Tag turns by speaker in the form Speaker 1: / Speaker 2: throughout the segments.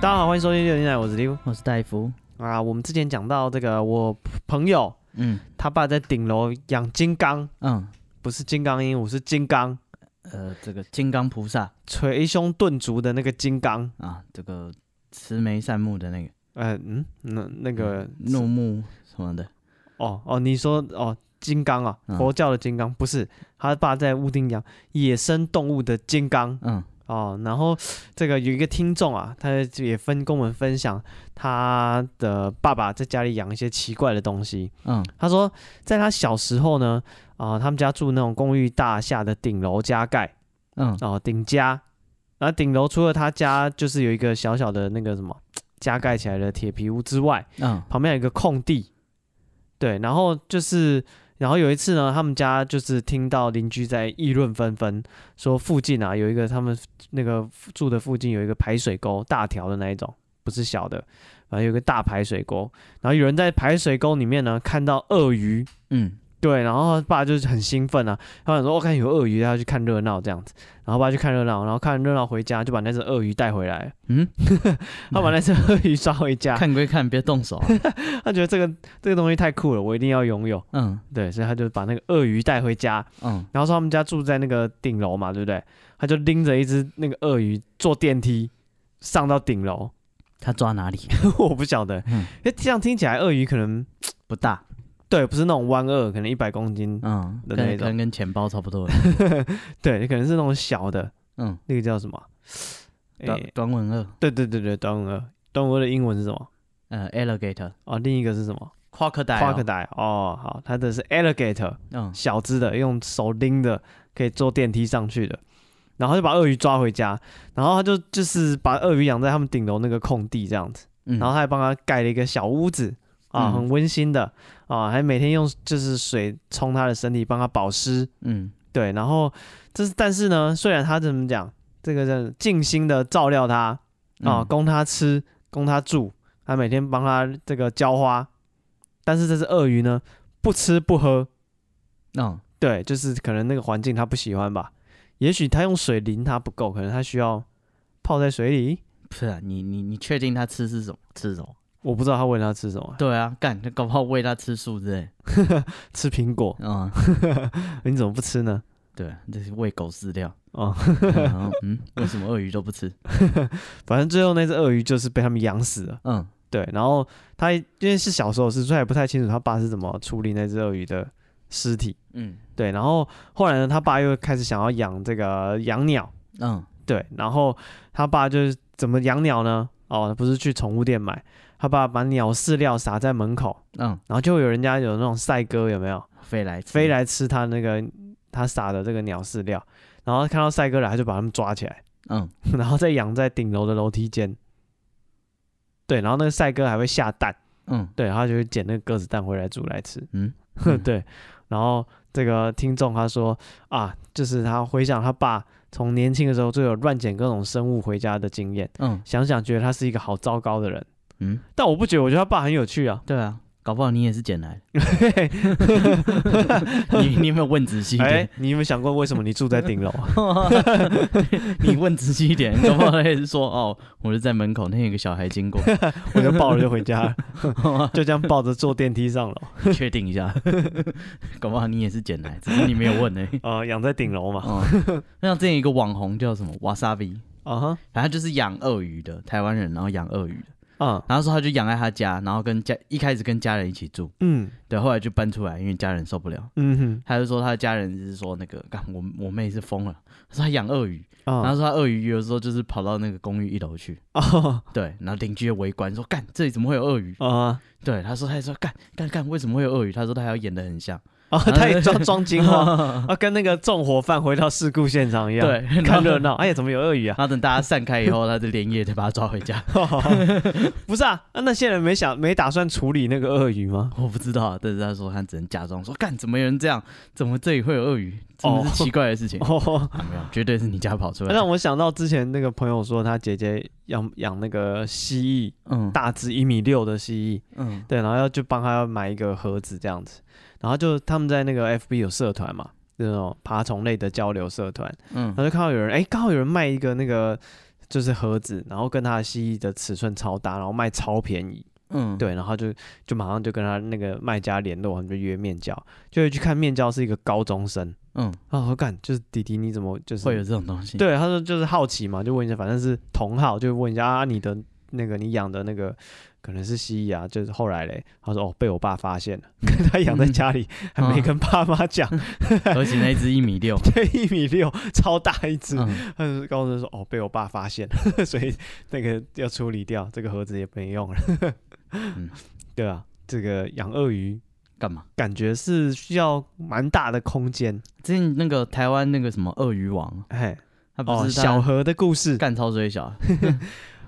Speaker 1: 欢迎收听《六零奶》，我是 Liu
Speaker 2: 我是戴夫，
Speaker 1: 啊。我们之前讲到这个，我朋友
Speaker 2: 嗯
Speaker 1: 他爸在顶楼养金刚，
Speaker 2: 嗯，
Speaker 1: 不是金刚鹦鹉，是金刚，
Speaker 2: 呃，这个金刚菩萨
Speaker 1: 捶胸顿足的那个金刚。
Speaker 2: 啊，这个慈眉善目的那个
Speaker 1: 呃，嗯，那那个
Speaker 2: 嗯怒目什么的，
Speaker 1: 哦哦，你说哦，金刚啊，
Speaker 2: 嗯
Speaker 1: 佛教的金刚不是他爸在屋顶养野生动物的金刚。
Speaker 2: 嗯
Speaker 1: 哦，然后这个有一个听众啊，他也分跟我们分享他的爸爸在家里养一些奇怪的东西。
Speaker 2: 嗯
Speaker 1: 他说，在他小时候呢，啊、他们家住那种公寓大厦的顶楼加盖
Speaker 2: 嗯
Speaker 1: 哦，顶家。然后顶楼除了他家就是有一个小小的那个什么加盖起来的铁皮屋之外，
Speaker 2: 嗯
Speaker 1: 旁边有一个空地。对，然后就是，然后有一次呢，他们家就是听到邻居在议论纷纷，说附近啊有一个他们那个住的附近有一个排水沟，大条的那一种，不是小的，反正有一个大排水沟。然后有人在排水沟里面呢看到鳄鱼，
Speaker 2: 嗯
Speaker 1: 对，然后他爸就是很兴奋啊，他想说我看有鳄鱼，他要去看热闹这样子。然后爸去看热闹，然后看热闹回家就把那只鳄鱼带回 来了，
Speaker 2: 嗯，
Speaker 1: 他把那只鳄鱼抓回家，
Speaker 2: 看归看，别动手啊，
Speaker 1: 他觉得这个这个东西太酷了，我一定要拥有。
Speaker 2: 嗯
Speaker 1: 对，所以他就把那个鳄鱼带回家，
Speaker 2: 嗯
Speaker 1: 然后说他们家住在那个顶楼嘛，对不对？他就拎着一只那个鳄鱼坐电梯上到顶楼，
Speaker 2: 他抓哪里
Speaker 1: 我不晓得，
Speaker 2: 嗯
Speaker 1: 因为这样听起来鳄鱼可能
Speaker 2: 不大，
Speaker 1: 对，不是那种弯鳄，可能一百公斤，
Speaker 2: 嗯，
Speaker 1: 的
Speaker 2: 跟
Speaker 1: 那一种
Speaker 2: 可能跟钱包差不多，
Speaker 1: 对，可能是那种小的，
Speaker 2: 嗯，
Speaker 1: 那个叫什么？诶
Speaker 2: 短短吻鳄，
Speaker 1: 对对对对，短吻鳄，短吻鳄的英文是什么？
Speaker 2: 呃，alligator
Speaker 1: 哦，另一个是什么
Speaker 2: crocodile，
Speaker 1: ？crocodile 哦，好，它的是 alligator，
Speaker 2: 嗯
Speaker 1: 小只的，用手拎的，可以坐电梯上去的。然后就把鳄鱼抓回家，然后他就就是把鳄鱼养在他们顶楼那个空地这样子，
Speaker 2: 嗯，
Speaker 1: 然后他还帮他盖了一个小屋子啊，
Speaker 2: 嗯
Speaker 1: 很温馨的啊，还每天用就是水冲它的身体，帮它保湿。
Speaker 2: 嗯
Speaker 1: 对，然后这是但是呢，虽然他怎么讲，这个是尽心的照料它啊，
Speaker 2: 嗯
Speaker 1: 供它吃，供它住，他每天帮它这个浇花，但是这只鳄鱼呢，不吃不喝，
Speaker 2: 嗯
Speaker 1: 对，就是可能那个环境他不喜欢吧。也许他用水淋它不够，可能他需要泡在水里。
Speaker 2: 不是啊，你你你确定他吃是什么吃什么？
Speaker 1: 我不知道他喂它吃什么，
Speaker 2: 对啊，干，搞不好喂他吃素之类，
Speaker 1: 吃苹果，
Speaker 2: 嗯，
Speaker 1: 你怎么不吃呢？
Speaker 2: 对，这是喂狗饲料。
Speaker 1: 哦，
Speaker 2: 然后嗯，为什么鳄鱼都不吃？
Speaker 1: 反正最后那只鳄鱼就是被他们养死了。
Speaker 2: 嗯
Speaker 1: 对，然后他因为是小时候的事，所以还不太清楚他爸是怎么处理那只鳄鱼的尸体。
Speaker 2: 嗯
Speaker 1: 对，然后后来呢，他爸又开始想要养这个养鸟。
Speaker 2: 嗯
Speaker 1: 对，然后他爸就是怎么养鸟呢？哦，不是去宠物店买，他爸把鸟饲料撒在门口，
Speaker 2: 嗯，
Speaker 1: 然后就会有人家有那种赛鸽有没有
Speaker 2: 飞来吃
Speaker 1: 飞，来吃他那个他撒的这个鸟饲料，然后看到赛鸽来，他就把他们抓起来，
Speaker 2: 嗯
Speaker 1: 然后再养在顶楼的楼梯间。对，然后那个赛鸽还会下蛋，
Speaker 2: 嗯
Speaker 1: 对，然后就会捡那个鸽子蛋回来煮来吃。
Speaker 2: 嗯
Speaker 1: 对，然后这个听众他说啊，就是他回想他爸从年轻的时候就有乱捡各种生物回家的经验，
Speaker 2: 嗯
Speaker 1: 想想觉得他是一个好糟糕的人，
Speaker 2: 嗯，
Speaker 1: 但我不觉得，我觉得他爸很有趣啊。
Speaker 2: 对啊，搞不好你也是捡来的。 你你有没有问仔细一
Speaker 1: 哎、
Speaker 2: 点？
Speaker 1: 你有没有想过为什么你住在顶楼？
Speaker 2: 你问仔细一点，搞不好他也是说哦，我是在门口，那有个小孩 经过，
Speaker 1: 我就抱着就回家 了，就这样抱着坐电梯上楼。
Speaker 2: 确定一下， 搞不好你也是捡来，只是你没有问而已。
Speaker 1: 呃，养在顶楼嘛。
Speaker 2: 哦，那像之前有一个网红叫什么 Wasabi，
Speaker 1: 啊哈，
Speaker 2: 反正他就是养鳄鱼的台湾人，然后养鳄鱼的，
Speaker 1: 嗯
Speaker 2: 然后说他就养在他家，然后跟家一开始跟家人一起住，
Speaker 1: 嗯
Speaker 2: 对，后来就搬出来，因为家人受不了。
Speaker 1: 嗯
Speaker 2: 他就说他的家人就是说那个，干我我妹是疯了，她说她养鳄鱼，
Speaker 1: 哼，
Speaker 2: 然
Speaker 1: 啊
Speaker 2: 后说她鳄鱼有时候就是跑到那个公寓一楼去，
Speaker 1: 哦
Speaker 2: 对，然后邻居就围观说干这里怎么会有鳄鱼？
Speaker 1: 啊
Speaker 2: 对，他说他说干干干为什么会有鳄鱼？他说他还要演的 很像，
Speaker 1: 啊！他也 装装金花啊，跟那个纵火犯回到事故现场一样，
Speaker 2: 对，，然后
Speaker 1: 看热。闹。哎呀，怎么有鳄鱼啊？
Speaker 2: 然后等大家散开以后，他就连夜就把他抓回家。
Speaker 1: 不是啊，啊那些人没想没打算处理那个鳄鱼吗？
Speaker 2: 我不知道，但是他说他只能假装说干怎么有人这样？怎么这里会有鳄鱼？真的是奇怪的事情。
Speaker 1: 哦，
Speaker 2: 啊没有，绝对是你家跑出来 的。
Speaker 1: 让我想到之前那个朋友说，他姐姐养养那个蜥蜴，
Speaker 2: 嗯
Speaker 1: 大只一米六的蜥蜴，
Speaker 2: 嗯
Speaker 1: 对，然后要就帮他买一个盒子这样子，然后就他们在那个 FB 有社团嘛，那种爬虫类的交流社团，
Speaker 2: 嗯
Speaker 1: 然后就看到有人，哎，刚好有人卖一个那个就是盒子，然后跟他的蜥蜴的尺寸超搭，然后卖超便宜，
Speaker 2: 嗯，
Speaker 1: 对，然后就就马上就跟他那个卖家联络，我们就约面交，就会去看面交是一个高中生，
Speaker 2: 嗯，
Speaker 1: 啊，我说干，就是弟弟你怎么就是
Speaker 2: 会有这种东西，，
Speaker 1: 对，他说就是好奇嘛，就问一下，反正是同号，就问一下啊，你的那个你养的那个可能是蜥蜴啊，就是后来嘞，他说哦被我爸发现了， 他养在
Speaker 2: 嗯
Speaker 1: 家里还没跟爸妈讲，
Speaker 2: 而且那一只一米六，
Speaker 1: 对，一米六，超大一只，
Speaker 2: 嗯，
Speaker 1: 他 就告诉他说哦被我爸发现了， 所以那个要处理掉，这个盒子也没用了，
Speaker 2: 嗯
Speaker 1: 对啊，这个养鳄鱼
Speaker 2: 干嘛？
Speaker 1: 感觉是需要蛮大的空间，
Speaker 2: 之前那个台湾那个什么鳄鱼王，
Speaker 1: 哎，
Speaker 2: 他啊不
Speaker 1: 哦
Speaker 2: 是他
Speaker 1: 小河的故事，
Speaker 2: 干超水小，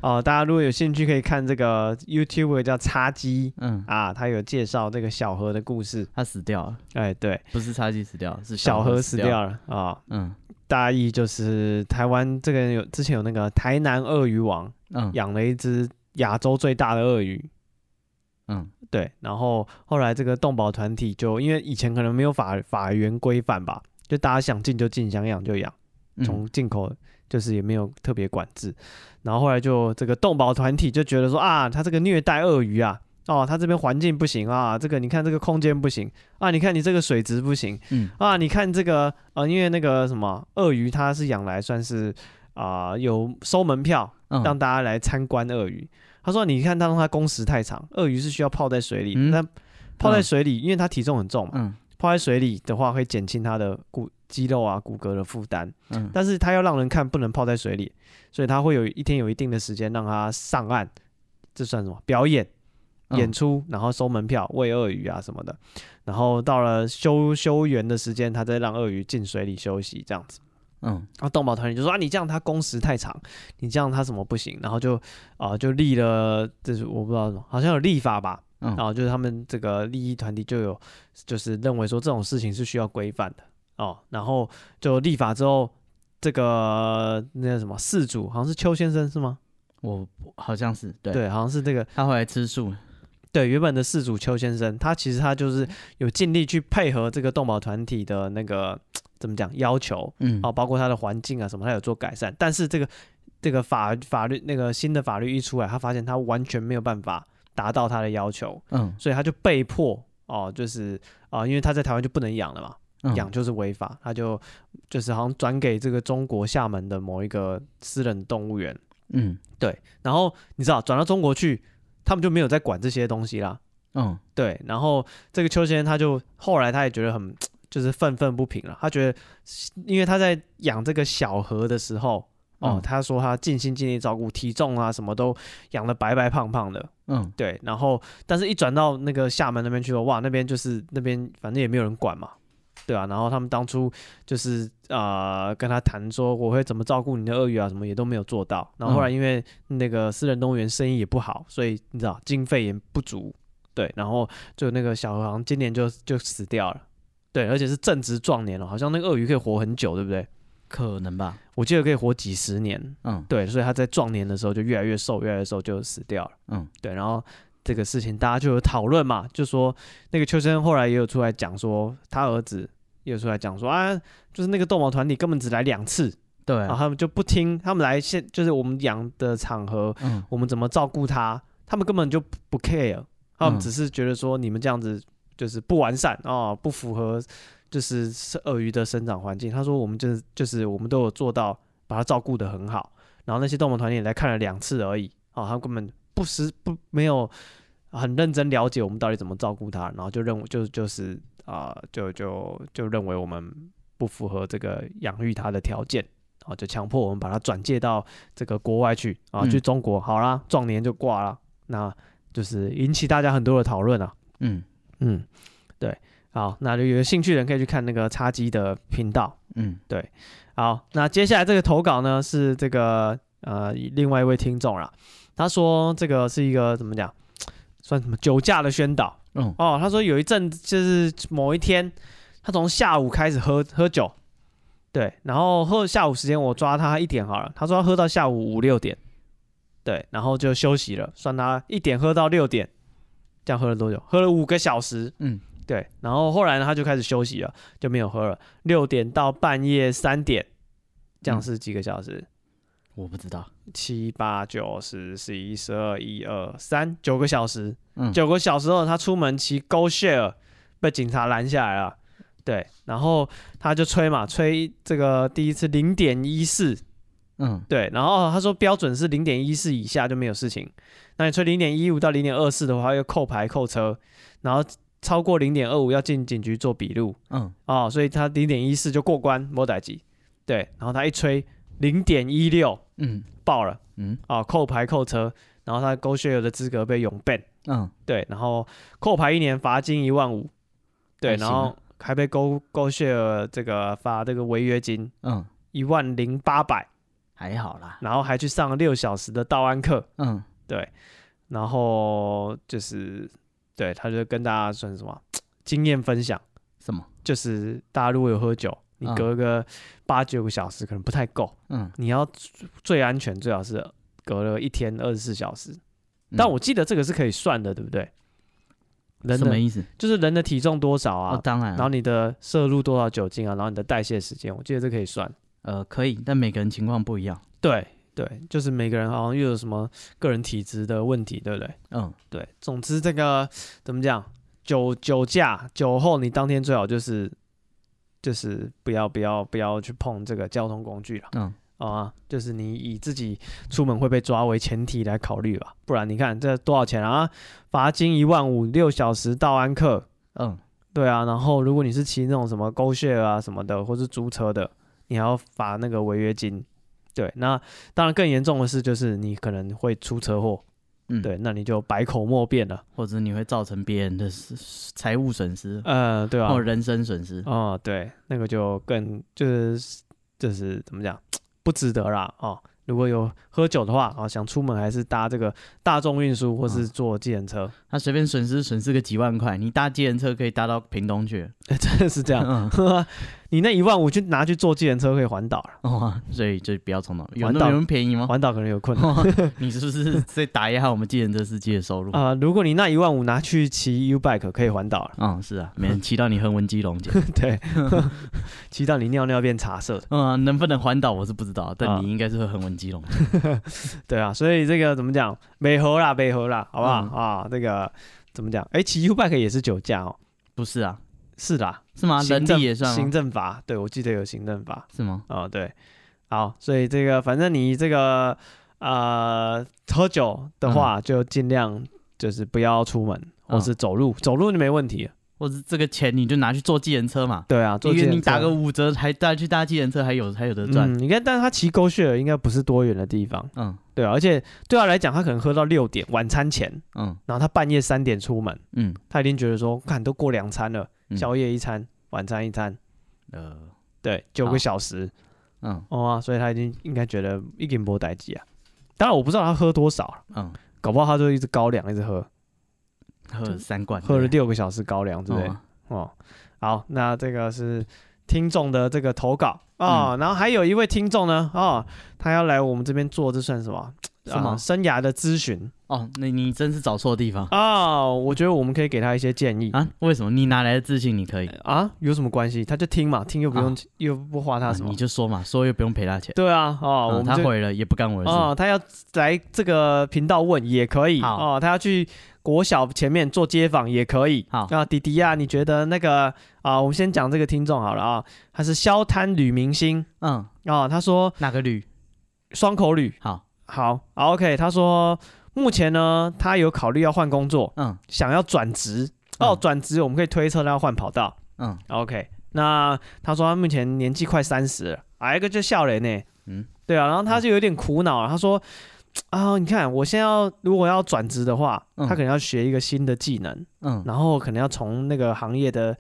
Speaker 1: 哦，大家如果有兴趣，可以看这个 YouTube 叫叉鸡
Speaker 2: 嗯，
Speaker 1: 啊，他有介绍这个小河的故事。
Speaker 2: 他死掉了，
Speaker 1: 哎，对，
Speaker 2: 不是叉鸡死掉了，是
Speaker 1: 小
Speaker 2: 河
Speaker 1: 河死
Speaker 2: 掉了，
Speaker 1: 掉了啊、
Speaker 2: 嗯
Speaker 1: 大意就是台湾这个有之前有那个台南鳄鱼王
Speaker 2: 嗯
Speaker 1: 养了一只亚洲最大的鳄鱼，
Speaker 2: 嗯
Speaker 1: 对，然后后来这个动保团体就因为以前可能没有法法源规范吧，就大家想进就进，想养就养。
Speaker 2: 嗯，
Speaker 1: 从进口就是也没有特别管制，然后后来就这个动保团体就觉得说啊，他这个虐待鳄鱼啊，哦，他这边环境不行啊，这个你看这个空间不行啊，你看你这个水质不行
Speaker 2: 嗯
Speaker 1: 啊，你看这个啊，因为那个什么鳄鱼它是养来算是啊、有收门票
Speaker 2: 嗯
Speaker 1: 让大家来参观鳄鱼，他说你看他让它工时太长，鳄鱼是需要泡在水里的，
Speaker 2: 嗯
Speaker 1: 那、泡在
Speaker 2: 嗯
Speaker 1: 水里，因为它体重很重嘛，
Speaker 2: 嗯
Speaker 1: 泡在水里的话会减轻它的骨肌肉啊骨骼的负担。
Speaker 2: 嗯
Speaker 1: 但是它要让人看，不能泡在水里，所以它会有一天有一定的时间让它上岸，这算什么表演、
Speaker 2: 嗯
Speaker 1: 演出，然后收门票喂鳄鱼啊什么的，然后到了休休园的时间，它再让鳄鱼进水里休息这样子。
Speaker 2: 嗯
Speaker 1: 然后动保团体就说啊，你这样它工时太长，你这样它什么不行？然后就啊、就立了，这是我不知道什么，好像有立法吧，
Speaker 2: 嗯
Speaker 1: 然后就是他们这个利益团体就有，就是认为说这种事情是需要规范的哦。然后就立法之后，这个那叫什么事主好像是邱先生是吗？
Speaker 2: 我好像是对，
Speaker 1: 对，好像是这个
Speaker 2: 他后来吃素，
Speaker 1: 对原本的事主邱先生，他其实他就是有尽力去配合这个动保团体的那个怎么讲要求
Speaker 2: 嗯
Speaker 1: 哦，包括他的环境啊什么，他有做改善。但是这个这个法法律那个新的法律一出来，他发现他完全没有办法达到他的要求，
Speaker 2: 嗯
Speaker 1: 所以他就被迫哦，就是啊、因为他在台湾就不能养了嘛，
Speaker 2: 嗯
Speaker 1: 养就是违法，他就就是好像转给这个中国厦门的某一个私人动物园，
Speaker 2: 嗯
Speaker 1: 对，然后你知道转到中国去，他们就没有在管这些东西啦，
Speaker 2: 嗯
Speaker 1: 对，然后这个邱先生他就后来他也觉得很就是愤愤不平了，他觉得因为他在养这个小河的时候。哦，
Speaker 2: 嗯
Speaker 1: 他说他尽心尽力照顾，体重啊什么都养的白白胖胖的，
Speaker 2: 嗯
Speaker 1: 对，然后但是一转到那个厦门那边去了，哇，那边就是那边反正也没有人管嘛，对啊，然后他们当初就是呃跟他谈说我会怎么照顾你的鳄鱼啊什么也都没有做到，然后后来因为那个私人动物园生意也不好，所以你知道经费也不足，对，然后就那个小航今年就就死掉了，对，而且是正值壮年了，哦好像那个鳄鱼可以活很久，对不对？
Speaker 2: 可能吧，
Speaker 1: 我记得可以活几十年，
Speaker 2: 嗯
Speaker 1: 对，所以他在壮年的时候就越来越瘦，越来越瘦就死掉了。
Speaker 2: 嗯
Speaker 1: 对，然后这个事情大家就有讨论嘛，就说那个邱先生后来也有出来讲说，他儿子也有出来讲说啊，就是那个动保团体根本只来两次，
Speaker 2: 对
Speaker 1: 然后
Speaker 2: 啊，
Speaker 1: 他们就不听，他们来现就是我们养的场合，
Speaker 2: 嗯
Speaker 1: 我们怎么照顾他，他们根本就不不 care，他们
Speaker 2: 嗯
Speaker 1: 只是觉得说你们这样子就是不完善啊、哦不符合就是鳄鱼的生长环境。他说我们就是就是我们都有做到把它照顾得很好，然后那些动物团也来看了两次而已啊、哦他们根本不时不没有很认真了解我们到底怎么照顾它，然后就认为就就是啊、就就就认为我们不符合这个养育它的条件。啊，就强迫我们把它转借到这个国外去啊，
Speaker 2: 嗯
Speaker 1: 去中国好啦，壮年就挂啦，那就是引起大家很多的讨论啊。
Speaker 2: 嗯
Speaker 1: 嗯，对，好，那就有兴趣的人可以去看那个叉机的频道。
Speaker 2: 嗯
Speaker 1: 好，那接下来这个投稿呢是这个呃另外一位听众啦，他说这个是一个怎么讲，算什么酒驾的宣导
Speaker 2: 嗯
Speaker 1: 哦。他说有一阵就是某一天，他从下午开始喝喝酒，对，然后喝下午时间我抓他一点好了，他说他喝到下午五六点，对，然后就休息了，算他一点喝到六点，这样喝了多久？喝了五个小时，
Speaker 2: 嗯
Speaker 1: 对，然后后来呢，他就开始休息了，就没有喝了。六点到半夜三点，这样
Speaker 2: 嗯
Speaker 1: 是几个小时？
Speaker 2: 我不知道，
Speaker 1: 七八九十十一十二一二三九个小时，
Speaker 2: 嗯
Speaker 1: 九个小时后他出门骑 Go Share 被警察拦下来了，对，然后他就吹嘛，吹这个第一次零点一四，
Speaker 2: 嗯
Speaker 1: 对，然后他说标准是零点一四以下就没有事情，那你吹零点一五到零点二四的话要扣牌扣车，然后超过零点二五要进警局做笔录
Speaker 2: 嗯，
Speaker 1: 哦，所以他零点一四就过关莫逮机，对，然后他一吹零点一六
Speaker 2: 嗯
Speaker 1: 爆了。
Speaker 2: 嗯
Speaker 1: 啊，扣牌扣车，然后他 Go Share 的资格被永 ban，
Speaker 2: 嗯，
Speaker 1: 对，然后扣牌一年，罚金一万五，对，
Speaker 2: 还行
Speaker 1: 然
Speaker 2: 啊
Speaker 1: 后还被 Go Go Share 这个罚这个违约金
Speaker 2: 嗯，
Speaker 1: 一万零八百，
Speaker 2: 还好啦，
Speaker 1: 然后还去上了六小时的道安课，
Speaker 2: 嗯
Speaker 1: 对，然后就是对，他就跟大家算什么经验分享，
Speaker 2: 什么？
Speaker 1: 就是大家如果有喝酒，你
Speaker 2: 嗯
Speaker 1: 隔个八九个小时可能不太够，
Speaker 2: 嗯，
Speaker 1: 你要最安全最好是隔了一天二十四小时。但我记得这个是可以算的，对不对？
Speaker 2: 嗯
Speaker 1: 人
Speaker 2: 什么
Speaker 1: 的
Speaker 2: 意思？
Speaker 1: 就是人的体重多少啊，
Speaker 2: 哦，当然
Speaker 1: 然
Speaker 2: 啊
Speaker 1: 后，你的摄入多少酒精啊，然后你的代谢时间，我记得这可以算。
Speaker 2: 呃，可以，但每个人情况不一样。
Speaker 1: 对对，就是每个人好像又有什么个人体质的问题，对不对？
Speaker 2: 嗯，
Speaker 1: 对，总之这个怎么讲，酒酒驾酒后，你当天最好就是就是不要不要不要去碰这个交通工具了。
Speaker 2: 嗯
Speaker 1: 啊，就是你以自己出门会被抓为前提来考虑吧，不然你看这多少钱啊？罚金一万五，六小时到安客，
Speaker 2: 嗯，
Speaker 1: 对啊。然后如果你是骑那种什么狗血啊什么的，或是租车的，你还要罚那个违约金。对，那当然更严重的是，就是你可能会出车祸，
Speaker 2: 嗯
Speaker 1: 对，那你就百口莫辩了，
Speaker 2: 或者你会造成别人的是财务损失
Speaker 1: 呃，对啊
Speaker 2: 或，人身损失。
Speaker 1: 哦，对，那个就更就是就是怎么讲，不值得啦哦。如果有喝酒的话啊、哦，想出门还是搭这个大众运输或是
Speaker 2: 嗯
Speaker 1: 坐计程车，
Speaker 2: 他随便损失损失个几万块，你搭计程车可以搭到屏东去。
Speaker 1: 真的是这样。
Speaker 2: 嗯，
Speaker 1: 你那一万五去拿去坐计程车可以环岛了，
Speaker 2: 哇，所以就不要冲动，有
Speaker 1: 环
Speaker 2: 那
Speaker 1: 岛
Speaker 2: 么有那么便宜吗？
Speaker 1: 环岛可能有困 难
Speaker 2: 你是不是在打压我们计程车司机的收入？
Speaker 1: 啊、如果你那一万五拿去骑 U bike 可以环岛了，
Speaker 2: 嗯，是 啊，没人骑到你横纹肌溶 解。
Speaker 1: 对，骑到你尿尿变茶色的，
Speaker 2: 嗯，能不能环岛我是不知道，
Speaker 1: 啊
Speaker 2: 但你应该是会横纹肌溶解。
Speaker 1: 对啊，所以这个怎么讲，美猴啦，美猴啦，好不好、
Speaker 2: 嗯
Speaker 1: 啊？这个怎么讲？哎，骑 U bike 也是酒驾哦，
Speaker 2: 不是啊，
Speaker 1: 是啦，
Speaker 2: 是吗？
Speaker 1: 行
Speaker 2: 啊人
Speaker 1: 政
Speaker 2: 力也算
Speaker 1: 行
Speaker 2: 吗？
Speaker 1: 政法，对我记得有行政法
Speaker 2: 是吗？
Speaker 1: 啊、对，好，所以这个反正你这个呃喝酒的话，就尽量就是不要出门，或
Speaker 2: 嗯
Speaker 1: 是走路，走路就没问题了，
Speaker 2: 或者这个钱你就拿去坐计程车嘛？
Speaker 1: 对啊，
Speaker 2: 因
Speaker 1: 坐
Speaker 2: 为
Speaker 1: 计
Speaker 2: 你
Speaker 1: 程车
Speaker 2: 打个五折，还再去搭计程车，还有还有的赚。
Speaker 1: 嗯，你看，但是他骑狗血应该不是多远的地方，
Speaker 2: 嗯
Speaker 1: 对啊，而且对他来讲，他可能喝到六点晚餐前，
Speaker 2: 嗯
Speaker 1: 然后他半夜三点出门，
Speaker 2: 嗯，
Speaker 1: 他一定觉得说，看都过两餐了，
Speaker 2: 嗯
Speaker 1: 宵夜一餐，晚餐一餐，
Speaker 2: 呃
Speaker 1: 对，九
Speaker 2: 好
Speaker 1: 个小时，
Speaker 2: 嗯
Speaker 1: 哦、啊，所以他已经应该觉得一点不待机啊。当然我不知道他喝多少啊，
Speaker 2: 嗯，
Speaker 1: 搞不好他就一直高粱一直喝，
Speaker 2: 喝了三罐，
Speaker 1: 喝了
Speaker 2: 对
Speaker 1: 六个小时高粱之
Speaker 2: 不对
Speaker 1: 类的。哦，好，那这个是听众的这个投稿哦，
Speaker 2: 嗯
Speaker 1: 然后还有一位听众呢，哦，他要来我们这边做这算什么？
Speaker 2: 什么
Speaker 1: 啊生涯的咨询
Speaker 2: 哦，那你真是找错地方
Speaker 1: 哦，我觉得我们可以给他一些建议啊
Speaker 2: 啊！为什么你哪来的自信？你可以，
Speaker 1: 有什么关系？他就听嘛，听又不用、又不花他
Speaker 2: 啊
Speaker 1: 什么。
Speaker 2: 你就说嘛，说又不用赔他钱。
Speaker 1: 对啊，
Speaker 2: 啊
Speaker 1: 哦，我们
Speaker 2: 他
Speaker 1: 就
Speaker 2: 毁了也不干我的事。
Speaker 1: 哦，他要来这个频道问也可以
Speaker 2: 好
Speaker 1: 哦，他要去国小前面做街访也可以。
Speaker 2: 好
Speaker 1: 啊，迪迪呀、啊，你觉得那个啊，我们先讲这个听众好了啊，他是消摊女明星
Speaker 2: 嗯，
Speaker 1: 啊，他说
Speaker 2: 哪个驴？
Speaker 1: 双口女，
Speaker 2: 好，
Speaker 1: 好、o k 他说目前呢，他有考虑要换工作，
Speaker 2: 嗯
Speaker 1: 想要转职哦，
Speaker 2: 嗯
Speaker 1: 转职我们可以推测他要换跑道。
Speaker 2: 嗯
Speaker 1: OK，那他说他目前年纪快三十了，挨个就笑脸呢。嗯
Speaker 2: 嗯，
Speaker 1: 对啊，然后他就有点苦恼啊，他说啊、你看我现在要如果要转职的话，
Speaker 2: 嗯
Speaker 1: 他可能要学一个新的技能，
Speaker 2: 嗯
Speaker 1: 然后可能要从那个行业的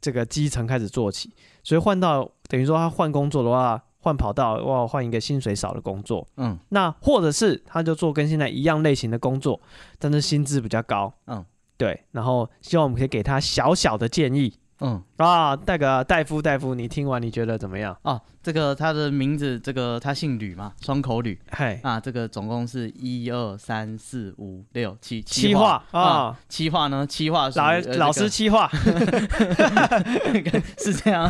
Speaker 1: 这个基层开始做起，所以换到等于说他换工作的话，换跑道要换一个薪水少的工作，
Speaker 2: 嗯
Speaker 1: 那或者是他就做跟现在一样类型的工作，但是薪资比较高。嗯
Speaker 2: 嗯，
Speaker 1: 对，然后希望我们可以给他小小的建议。
Speaker 2: 嗯，
Speaker 1: 啊，那个戴夫戴夫，你听完你觉得怎么样？
Speaker 2: 哦，这个他的名字，这个他姓吕嘛，双口吕
Speaker 1: 嘿，
Speaker 2: 啊，这个总共是一二三四五六七
Speaker 1: 七
Speaker 2: 画
Speaker 1: 画啊，
Speaker 2: 七画呢，七画属于
Speaker 1: 老
Speaker 2: 呃
Speaker 1: 老
Speaker 2: 这个
Speaker 1: 师七 画，
Speaker 2: 是这样，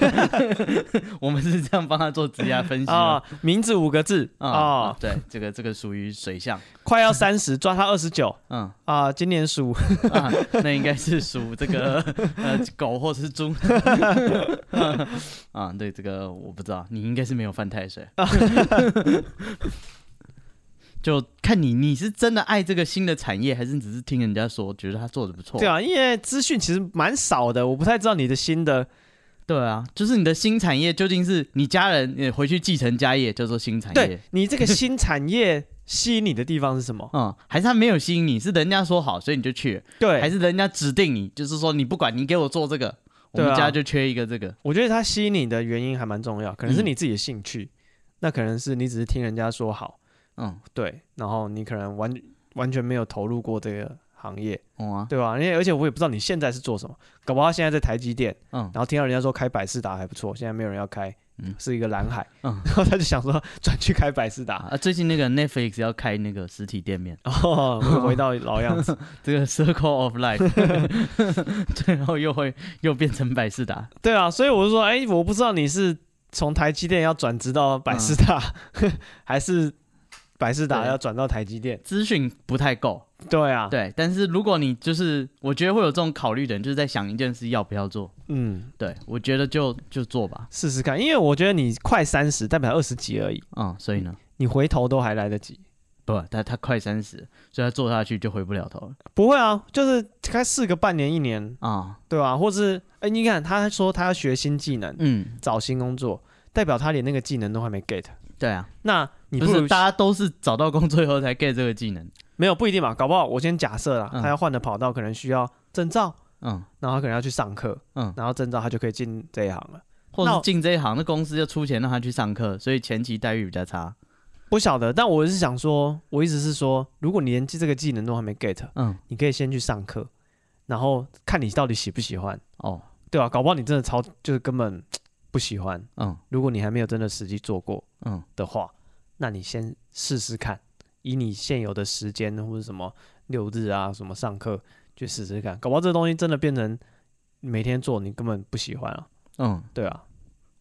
Speaker 2: 我们是这样帮他做职业分析
Speaker 1: 啊
Speaker 2: 吗，
Speaker 1: 名字五个字
Speaker 2: 啊、
Speaker 1: 啊，
Speaker 2: 对，这个这个属于水象，
Speaker 1: 快要三十，抓他二十九
Speaker 2: 嗯
Speaker 1: 啊，今年属
Speaker 2: 啊，那应该是属这个呃狗或者是猪， 啊，对，这个我不知道，你应该是没有犯 太岁，就看你你是真的爱这个新的产业，还是只是听人家说觉得他做的不错？
Speaker 1: 对啊，因为资讯其实蛮少的，我不太知道你的新的
Speaker 2: 对啊，就是你的新产业究竟是你家人也回去继承家业叫做新产业
Speaker 1: 对，你这个新产业吸引你的地方是什 么？
Speaker 2: 嗯，还是他没有吸引你，是人家说好，所以你就去了，还
Speaker 1: 对，
Speaker 2: 是人家指定你，就是说你不管你给我做这个，我
Speaker 1: 对
Speaker 2: 们
Speaker 1: 啊
Speaker 2: 家就缺一个这个。
Speaker 1: 我觉得它吸引你的原因还蛮重要，可能是
Speaker 2: 嗯
Speaker 1: 你自己的兴趣，那可能是你只是听人家说好，
Speaker 2: 嗯，
Speaker 1: 对，然后你可能完完全没有投入过这个行业，
Speaker 2: 哦啊，
Speaker 1: 对吧？因为而且我也不知道你现在是做什么，搞不好现在在台积电，
Speaker 2: 嗯
Speaker 1: 然后听到人家说开百事达还不错，现在没有人要开，
Speaker 2: 嗯
Speaker 1: 是一个蓝海，
Speaker 2: 嗯
Speaker 1: 然后他就想说 转去开百事达。
Speaker 2: 啊，最近那个 Netflix 要开那个实体店面，
Speaker 1: 哦，又回到老样子，
Speaker 2: 这个 Circle of Life，最后又会又变成百事达，
Speaker 1: 对啊，所以我就说，哎、我不知道你是从台积电要转职到百事达， 还是百事达
Speaker 2: 对
Speaker 1: 要转到台积电？
Speaker 2: 资讯不太够。
Speaker 1: 对啊，
Speaker 2: 对，但是如果你就是，我觉得会有这种考虑的人，就是在想一件事要不要做。
Speaker 1: 嗯，
Speaker 2: 对，我觉得就就做吧。
Speaker 1: 试试看，因为我觉得你快三十，代表二十几而已，
Speaker 2: 嗯，所以呢，
Speaker 1: 你回头都还来得及。
Speaker 2: 不，他他快三十，所以他做下去就回不了头了
Speaker 1: 不会啊，就是开试个半年一年，
Speaker 2: 啊、
Speaker 1: 对吧、或是哎、你看他说他要学新技能，
Speaker 2: 嗯，
Speaker 1: 找新工作，代表他连那个技能都还没 get。
Speaker 2: 对啊，
Speaker 1: 那你
Speaker 2: 不
Speaker 1: 不
Speaker 2: 是
Speaker 1: 如
Speaker 2: 大家都是找到工作以后才 get 这个技能。
Speaker 1: 没有不一定嘛？搞不好我先假设啦，
Speaker 2: 嗯
Speaker 1: 他要换的跑道可能需要证照，
Speaker 2: 嗯
Speaker 1: 然后他可能要去上课，
Speaker 2: 嗯，
Speaker 1: 然后证照他就可以进这一行了。
Speaker 2: 或
Speaker 1: 那
Speaker 2: 是
Speaker 1: 我
Speaker 2: 进这一行，那公司要出钱让他去上课，所以前期待遇比较差。
Speaker 1: 不晓得，但我是想说，我一直是说，如果你连这个技能都还没 get，
Speaker 2: 嗯，
Speaker 1: 你可以先去上课，然后看你到底喜不喜欢，
Speaker 2: 哦，
Speaker 1: 对吧、啊搞不好你真的超就是根本不喜欢。
Speaker 2: 嗯
Speaker 1: 如果你还没有真的实际做过
Speaker 2: 嗯
Speaker 1: 的话，那你先试试看，以你现有的时间或者什么六日啊什么上课去试试看，搞不好这东西真的变成每天做你根本不喜欢啊，
Speaker 2: 嗯，
Speaker 1: 对啊，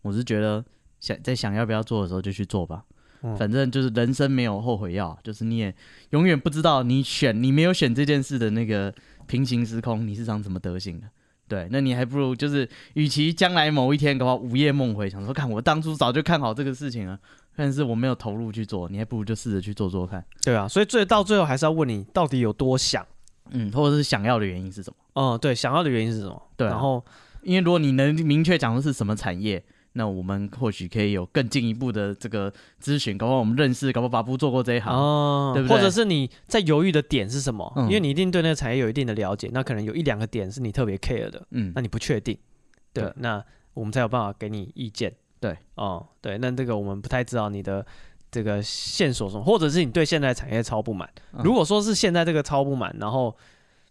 Speaker 2: 我是觉得想在想要不要做的时候就去做吧，
Speaker 1: 嗯
Speaker 2: 反正就是人生没有后悔药，就是你也永远不知道你选你没有选这件事的那个平行时空你是长什么德行的。对，那你还不如就是，与其将来某一天搞不好午夜梦回，想说看我当初早就看好这个事情了，但是我没有投入去做，你还不如就试着去做做看，
Speaker 1: 对啊，所以最到最后还是要问你到底有多想，
Speaker 2: 嗯，或者是想要的原因是什么。
Speaker 1: 嗯，对，想要的原因是什么？
Speaker 2: 对啊
Speaker 1: 然后
Speaker 2: 因为如果你能明确讲出是什么产业，那我们或许可以有更进一步的这个咨询，搞不好我们认识，搞不好巴布做过这一行，
Speaker 1: 哦
Speaker 2: 对不对
Speaker 1: 或者是你在犹豫的点是什么？
Speaker 2: 嗯
Speaker 1: 因为你一定对那个产业有一定的了解，那可能有一两个点是你特别 care 的，
Speaker 2: 嗯
Speaker 1: 那，你不确定，对，
Speaker 2: 对
Speaker 1: 那我们才有办法给你意见。
Speaker 2: 对，
Speaker 1: 哦、对，那这个我们不太知道你的这个线索什么，或者是你对现在产业超不满。
Speaker 2: 嗯
Speaker 1: 如果说是现在这个超不满，然后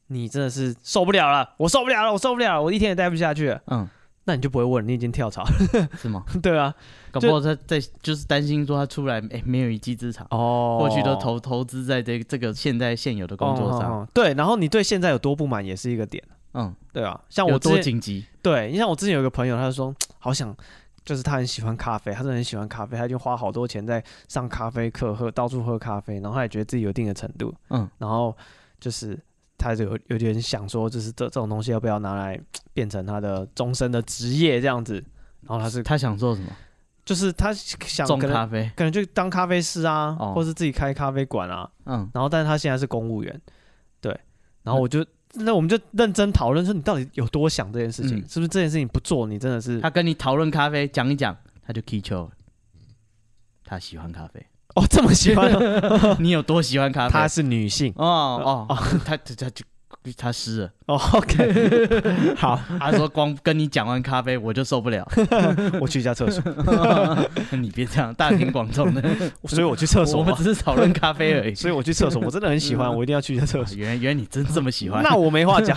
Speaker 1: 你真的是受不了了，我受不了了，我受不了了，我一天也待不下去了，
Speaker 2: 嗯，
Speaker 1: 那你就不会问，你已经跳槽了，
Speaker 2: 是吗？
Speaker 1: 对啊，
Speaker 2: 搞不好他在就是担心说他出来哎没有一技之长，
Speaker 1: 哦
Speaker 2: 过去都投投资在这这个现在现有的工作
Speaker 1: 哦
Speaker 2: 上，
Speaker 1: 哦哦对，然后你对现在有多不满也是一个点，
Speaker 2: 嗯，
Speaker 1: 对啊，像
Speaker 2: 有
Speaker 1: 我之
Speaker 2: 多
Speaker 1: 前
Speaker 2: 紧急，
Speaker 1: 对，你像我之前有一个朋友，他就说好想，就是他很喜欢咖啡，他真的很喜欢咖啡，他就花好多钱在上咖啡课，喝到处喝咖啡，然后他也觉得自己有一定的程度，
Speaker 2: 嗯，
Speaker 1: 然后就是他就有有点想说，就是这这种东西要不要拿来变成他的终身的职业这样子，然后他是
Speaker 2: 他想做什么？
Speaker 1: 就是他想
Speaker 2: 种
Speaker 1: 可
Speaker 2: 咖
Speaker 1: 能
Speaker 2: 啡，
Speaker 1: 可能就当咖啡师啊，
Speaker 2: 哦
Speaker 1: 或是自己开咖啡馆啊，
Speaker 2: 嗯，
Speaker 1: 然后但是他现在是公务员，对，然后我就。那我们就认真讨论说，你到底有多想这件事情？
Speaker 2: 嗯
Speaker 1: 是不是这件事情不做，你真的是
Speaker 2: 他跟你讨论咖啡，讲一讲，他就 key 球，他喜欢咖啡，
Speaker 1: 哦， 这么喜欢
Speaker 2: 你有多喜欢咖啡？
Speaker 1: 她是女性
Speaker 2: 哦哦，他他他就他湿了，
Speaker 1: 哦，OK，
Speaker 3: 好，
Speaker 2: 他说光跟你讲完咖啡我就受不了，
Speaker 3: 我去一下厕 所，
Speaker 2: 你别这样，大庭广众的，
Speaker 3: 所以我去厕所
Speaker 2: 我们
Speaker 3: 嘛
Speaker 1: 啊
Speaker 2: 只，是讨论咖啡而已。
Speaker 3: 所以我去厕所，我真的很喜欢，我一定要去一下厕
Speaker 2: 啊
Speaker 3: 所。
Speaker 2: 原来原来你真这么喜欢，
Speaker 3: 那我没话 讲，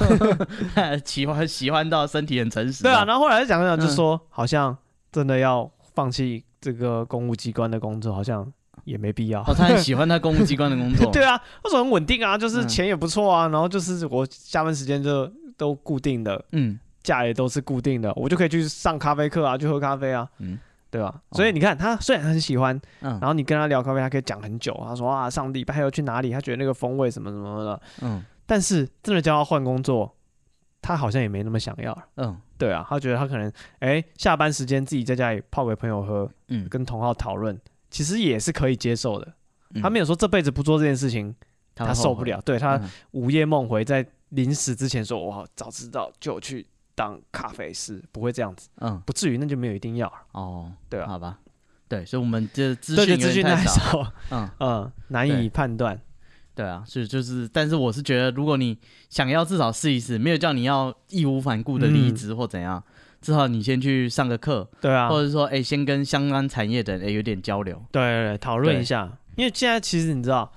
Speaker 2: 喜欢喜欢到身体很诚实。
Speaker 1: 对啊啊，，然后后来讲讲就
Speaker 2: 嗯
Speaker 1: 说，好像真的要放弃这个公务机关的工作，好像也没必 要。
Speaker 2: 哦，他很喜欢他公务机关的工 作。
Speaker 1: 对啊，那时候很稳定啊，就是
Speaker 2: 嗯
Speaker 1: 钱也不错啊，然后就是我下班时间就都固定的，
Speaker 2: 嗯，
Speaker 1: 假也都是固定的，我就可以去上咖啡课啊，去喝咖啡啊，
Speaker 2: 嗯
Speaker 1: 对吧？所以你看，他虽然很喜欢，
Speaker 2: 嗯
Speaker 1: 然后你跟他聊咖啡，他可以讲很久。他说啊，上礼拜又去哪里，他觉得那个风味什么什么的。
Speaker 2: 嗯
Speaker 1: 但是真的叫他换工作，他好像也没那么想要了。
Speaker 2: 嗯
Speaker 1: 对啊，他觉得他可能哎、下班时间自己在家里泡给朋友喝，
Speaker 2: 嗯，
Speaker 1: 跟同好讨论，其实也是可以接受的。
Speaker 2: 嗯
Speaker 1: 他没有说这辈子不做这件事情，他
Speaker 2: 会
Speaker 1: 受
Speaker 2: 后
Speaker 1: 不
Speaker 2: 悔。
Speaker 1: 了。对他
Speaker 2: 嗯
Speaker 1: 午夜梦回，在临死之前说：“我早知道就去当咖啡师，不会这样子，
Speaker 2: 嗯
Speaker 1: 不至于，那就没有一定要了。
Speaker 2: 哦，
Speaker 1: 对啊
Speaker 2: 好吧，对，所以我们这”资
Speaker 1: 对，就
Speaker 2: 讯
Speaker 1: 资
Speaker 2: 有
Speaker 1: 讯
Speaker 2: 点
Speaker 1: 太
Speaker 2: 太少。
Speaker 1: 少，
Speaker 2: 嗯，
Speaker 1: 嗯，难以
Speaker 2: 对
Speaker 1: 判断。
Speaker 2: 对啊，是就是，但是我是觉得，如果你想要至少试一试，没有叫你要义无反顾的
Speaker 1: 嗯
Speaker 2: 离职或怎样，至少你先去上个课，
Speaker 1: 对啊，
Speaker 2: 或者说，哎、先跟相关产业的人哎、有点交流。
Speaker 1: 对对对，讨论一
Speaker 2: 对
Speaker 1: 下，因为现在其实你知道，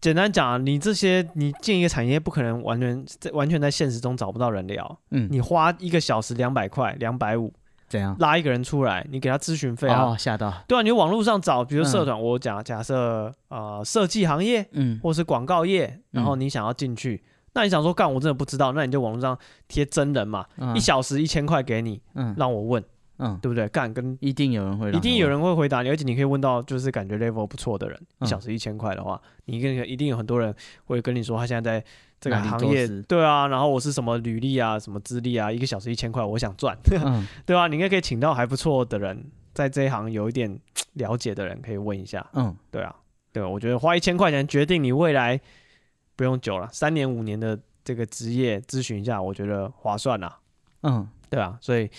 Speaker 1: 简单讲，啊你这些你进一个产业，不可能完全在完全在现实中找不到人聊。
Speaker 2: 嗯，
Speaker 1: 你花一个小时两百块、两百五
Speaker 2: 怎样？
Speaker 1: 拉一个人出来，你给他咨询费啊。
Speaker 2: 哦，吓到。
Speaker 1: 对啊，你网络上找，比如社
Speaker 2: 嗯
Speaker 1: 团，我讲假设呃设计行业，
Speaker 2: 嗯，
Speaker 1: 或是广告业，然后你想要进去，那你想说干我真的不知道，那你就网络上贴真人嘛，
Speaker 2: 嗯
Speaker 1: 一小时一千块给你，
Speaker 2: 嗯
Speaker 1: 让我问，
Speaker 2: 嗯，
Speaker 1: 对不对？干跟
Speaker 2: 一定有人会让
Speaker 1: 一
Speaker 2: 你问，
Speaker 1: 定有人会回答你，而且你可以问到就是感觉 level 不错的人，一
Speaker 2: 嗯
Speaker 1: 小时一千块的话，你跟一定有很多人会跟你说他现在在这个
Speaker 2: 哪里
Speaker 1: 行
Speaker 2: 做
Speaker 1: 业
Speaker 2: 事，
Speaker 1: 对啊，然后我是什么履历啊，什么资历啊，一个小时一千块，我想赚，
Speaker 2: 嗯，
Speaker 1: 对啊，你应该可以请到还不错的人，在这一行有一点了解的人可以问一下，
Speaker 2: 嗯，
Speaker 1: 对啊，对，我觉得花一千块钱决定你未来不用久了，三年五年的这个职业咨询一下，我觉得划算啦、
Speaker 2: 嗯，
Speaker 1: 对啊，所以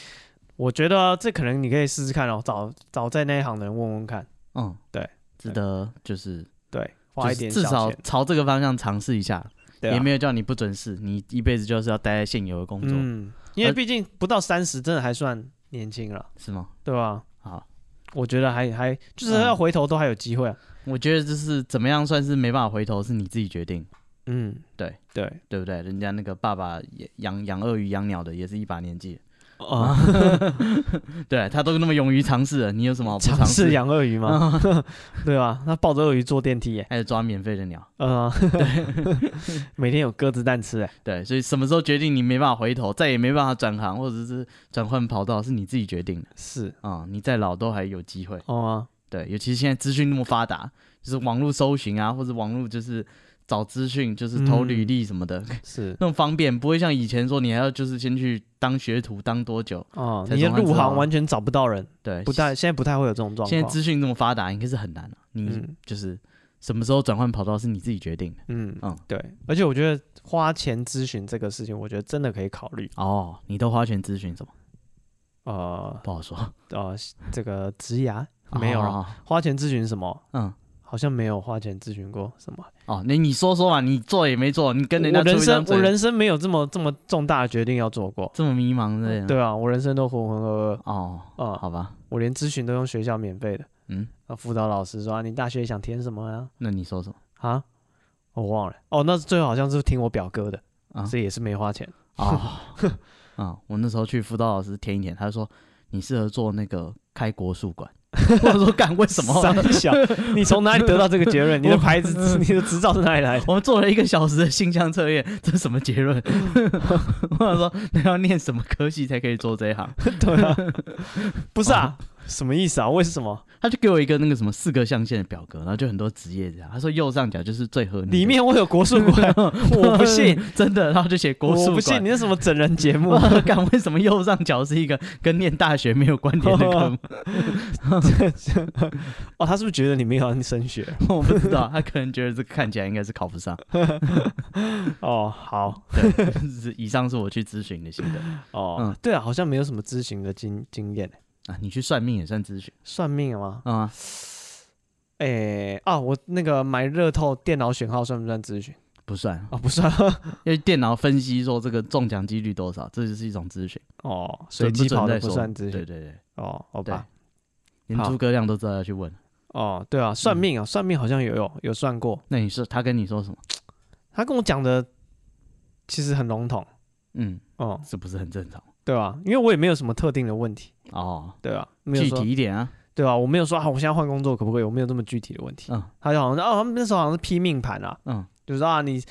Speaker 1: 我觉得这可能你可以试试看哦，找找在那一行的人问问看，
Speaker 2: 嗯，
Speaker 1: 对，
Speaker 2: 值得就是
Speaker 1: 对，
Speaker 2: 就
Speaker 1: 花一
Speaker 2: 是
Speaker 1: 点
Speaker 2: 至
Speaker 1: 小
Speaker 2: 少
Speaker 1: 钱，
Speaker 2: 朝这个方向尝试一下，
Speaker 1: 对
Speaker 2: 也
Speaker 1: 啊
Speaker 2: 没，有叫你不准试，你一辈子就是要待在现有的工作，
Speaker 1: 嗯，因为
Speaker 2: 而
Speaker 1: 毕竟不到三十，真的还算年轻了，
Speaker 2: 是吗？
Speaker 1: 对吧、
Speaker 2: 好，
Speaker 1: 我觉得还还就是
Speaker 2: 嗯
Speaker 1: 要回头都还有机会啊，
Speaker 2: 我觉得就是怎么样算是没办法回头，是你自己决定，
Speaker 1: 嗯，
Speaker 2: 对
Speaker 1: 对，
Speaker 2: 对不对？人家那个爸爸也养养鳄鱼养鸟的也是一把年纪了，
Speaker 1: 啊、
Speaker 2: 对他都那么勇于尝试了，你有什么好不
Speaker 1: 尝试
Speaker 2: 试？嗯
Speaker 1: 养鳄鱼吗？对吧、啊？那抱着鳄鱼坐电梯耶、
Speaker 2: 还有抓免费的鸟，
Speaker 1: 呃， 每天有鸽子蛋吃哎、
Speaker 2: 对，所以什么时候决定你没办法回头，再也没办法转行或者是转换跑道，是你自己决定的
Speaker 1: 是
Speaker 2: 啊、你再老都还有机会。
Speaker 1: 哦啊、
Speaker 2: 对，尤其是现在资讯那么发达，就是网络搜寻啊，或者网络就是找资讯，就是投履
Speaker 1: 嗯
Speaker 2: 历什么的，
Speaker 1: 是
Speaker 2: 那种方便，不会像以前说你还要就是先去当学徒当多久。
Speaker 1: 哦，
Speaker 2: 才
Speaker 1: 你的
Speaker 2: 总算
Speaker 1: 入
Speaker 2: 知道
Speaker 1: 行完全找不到人，
Speaker 2: 对，
Speaker 1: 不太现在不太会有这种状况。
Speaker 2: 哎现在资讯这么发达，应该是很难、啊、你
Speaker 1: 嗯
Speaker 2: 就是什么时候转换跑道是你自己决定的。
Speaker 1: 嗯
Speaker 2: 嗯
Speaker 1: 对，而且我觉得花钱咨询这个事情，我觉得真的可以考虑。
Speaker 2: 哦，你都花钱咨询什么？
Speaker 1: 呃
Speaker 2: 不好说，
Speaker 1: 呃，这个职涯没有了，
Speaker 2: 哦。
Speaker 1: 花钱咨询什么？
Speaker 2: 嗯，
Speaker 1: 好像没有花钱咨询过什么。
Speaker 2: 哦，那你说说嘛，你做也没做，你跟人家
Speaker 1: 我人
Speaker 2: 出一张
Speaker 1: 生我
Speaker 2: 嘴
Speaker 1: 人生没有这么这么重大的决定要做过。
Speaker 2: 这么迷茫的，
Speaker 1: 对啊，我人生都浑浑噩噩
Speaker 2: 哦，
Speaker 1: 啊、
Speaker 2: 好吧，
Speaker 1: 我连咨询都用学校免费的。
Speaker 2: 嗯，
Speaker 1: 啊，辅导老师说、啊、你大学想填什么啊？
Speaker 2: 那你说什么
Speaker 1: 啊，我忘了。哦，那最后好像是听我表哥的，
Speaker 2: 啊？
Speaker 1: 所以也是没花钱。
Speaker 2: 啊啊！我那时候去辅导老师填一填，他就说你适合做那个开国术馆。 我说干为什么？
Speaker 1: 三小，你从哪里得到这个结论？你的牌子、你的执照是哪里来 的？
Speaker 2: 我们做了一个小时的性向测验，这是什么结论？ 我想说，那要念什么科系才可以做这一行？
Speaker 1: 对啊， 不是啊，什么意思啊？为什么？
Speaker 2: 他就给我一个那个什么四个象限的表格，然后就很多职业这样。他说右上角就是最合你的，
Speaker 1: 里面我有国术 馆，我不信，
Speaker 2: 真的，然后就写 国
Speaker 1: 我
Speaker 2: 术
Speaker 1: 不信
Speaker 2: 馆。
Speaker 1: 你是什么整人节目
Speaker 2: 我？干为什么右上角是一个跟念大学没有关联的 科目？
Speaker 1: 哦，他是不是觉得你没有升学？
Speaker 2: 我不知道，他可能觉得这个看起来应该是考不上。
Speaker 1: 哦，好，
Speaker 2: 对，是以上是我去咨询的心得
Speaker 1: 哦，
Speaker 2: 嗯
Speaker 1: 对啊，好像没有什么咨询的经经验，
Speaker 2: 啊。你去算命也算咨询
Speaker 1: 算命吗？
Speaker 2: 啊？
Speaker 1: 哦哎、啊，我那个买乐透电脑选号算不算咨询？
Speaker 2: 不算，
Speaker 1: 哦，不算
Speaker 2: 因为电脑分析说这个中奖几率多少，这就是一种资讯，
Speaker 1: 哦，随机
Speaker 2: 准
Speaker 1: 跑
Speaker 2: 不
Speaker 1: 的
Speaker 2: 准
Speaker 1: 不
Speaker 2: 再说
Speaker 1: 算资讯
Speaker 2: 对对对，
Speaker 1: 哦，好吧，
Speaker 2: 连
Speaker 1: 好
Speaker 2: 诸葛亮都知道要去问。
Speaker 1: 哦，对啊，
Speaker 2: 嗯
Speaker 1: 算命啊，算命好像有有有算过，
Speaker 2: 那你是他跟你说什么？
Speaker 1: 他跟我讲的其实很笼统，
Speaker 2: 嗯，
Speaker 1: 哦，
Speaker 2: 这不是很正常
Speaker 1: 对吧、因为我也没有什么特定的问题，
Speaker 2: 哦？
Speaker 1: 对吧、没有
Speaker 2: 具
Speaker 1: 说
Speaker 2: 体一点啊，
Speaker 1: 对吧、我没有说啊，我现在换工作可不可以？我没有这么具体的问题。
Speaker 2: 嗯
Speaker 1: 他就好像是哦，他们那时候好像是批命盘啊，
Speaker 2: 嗯
Speaker 1: 就是啊，你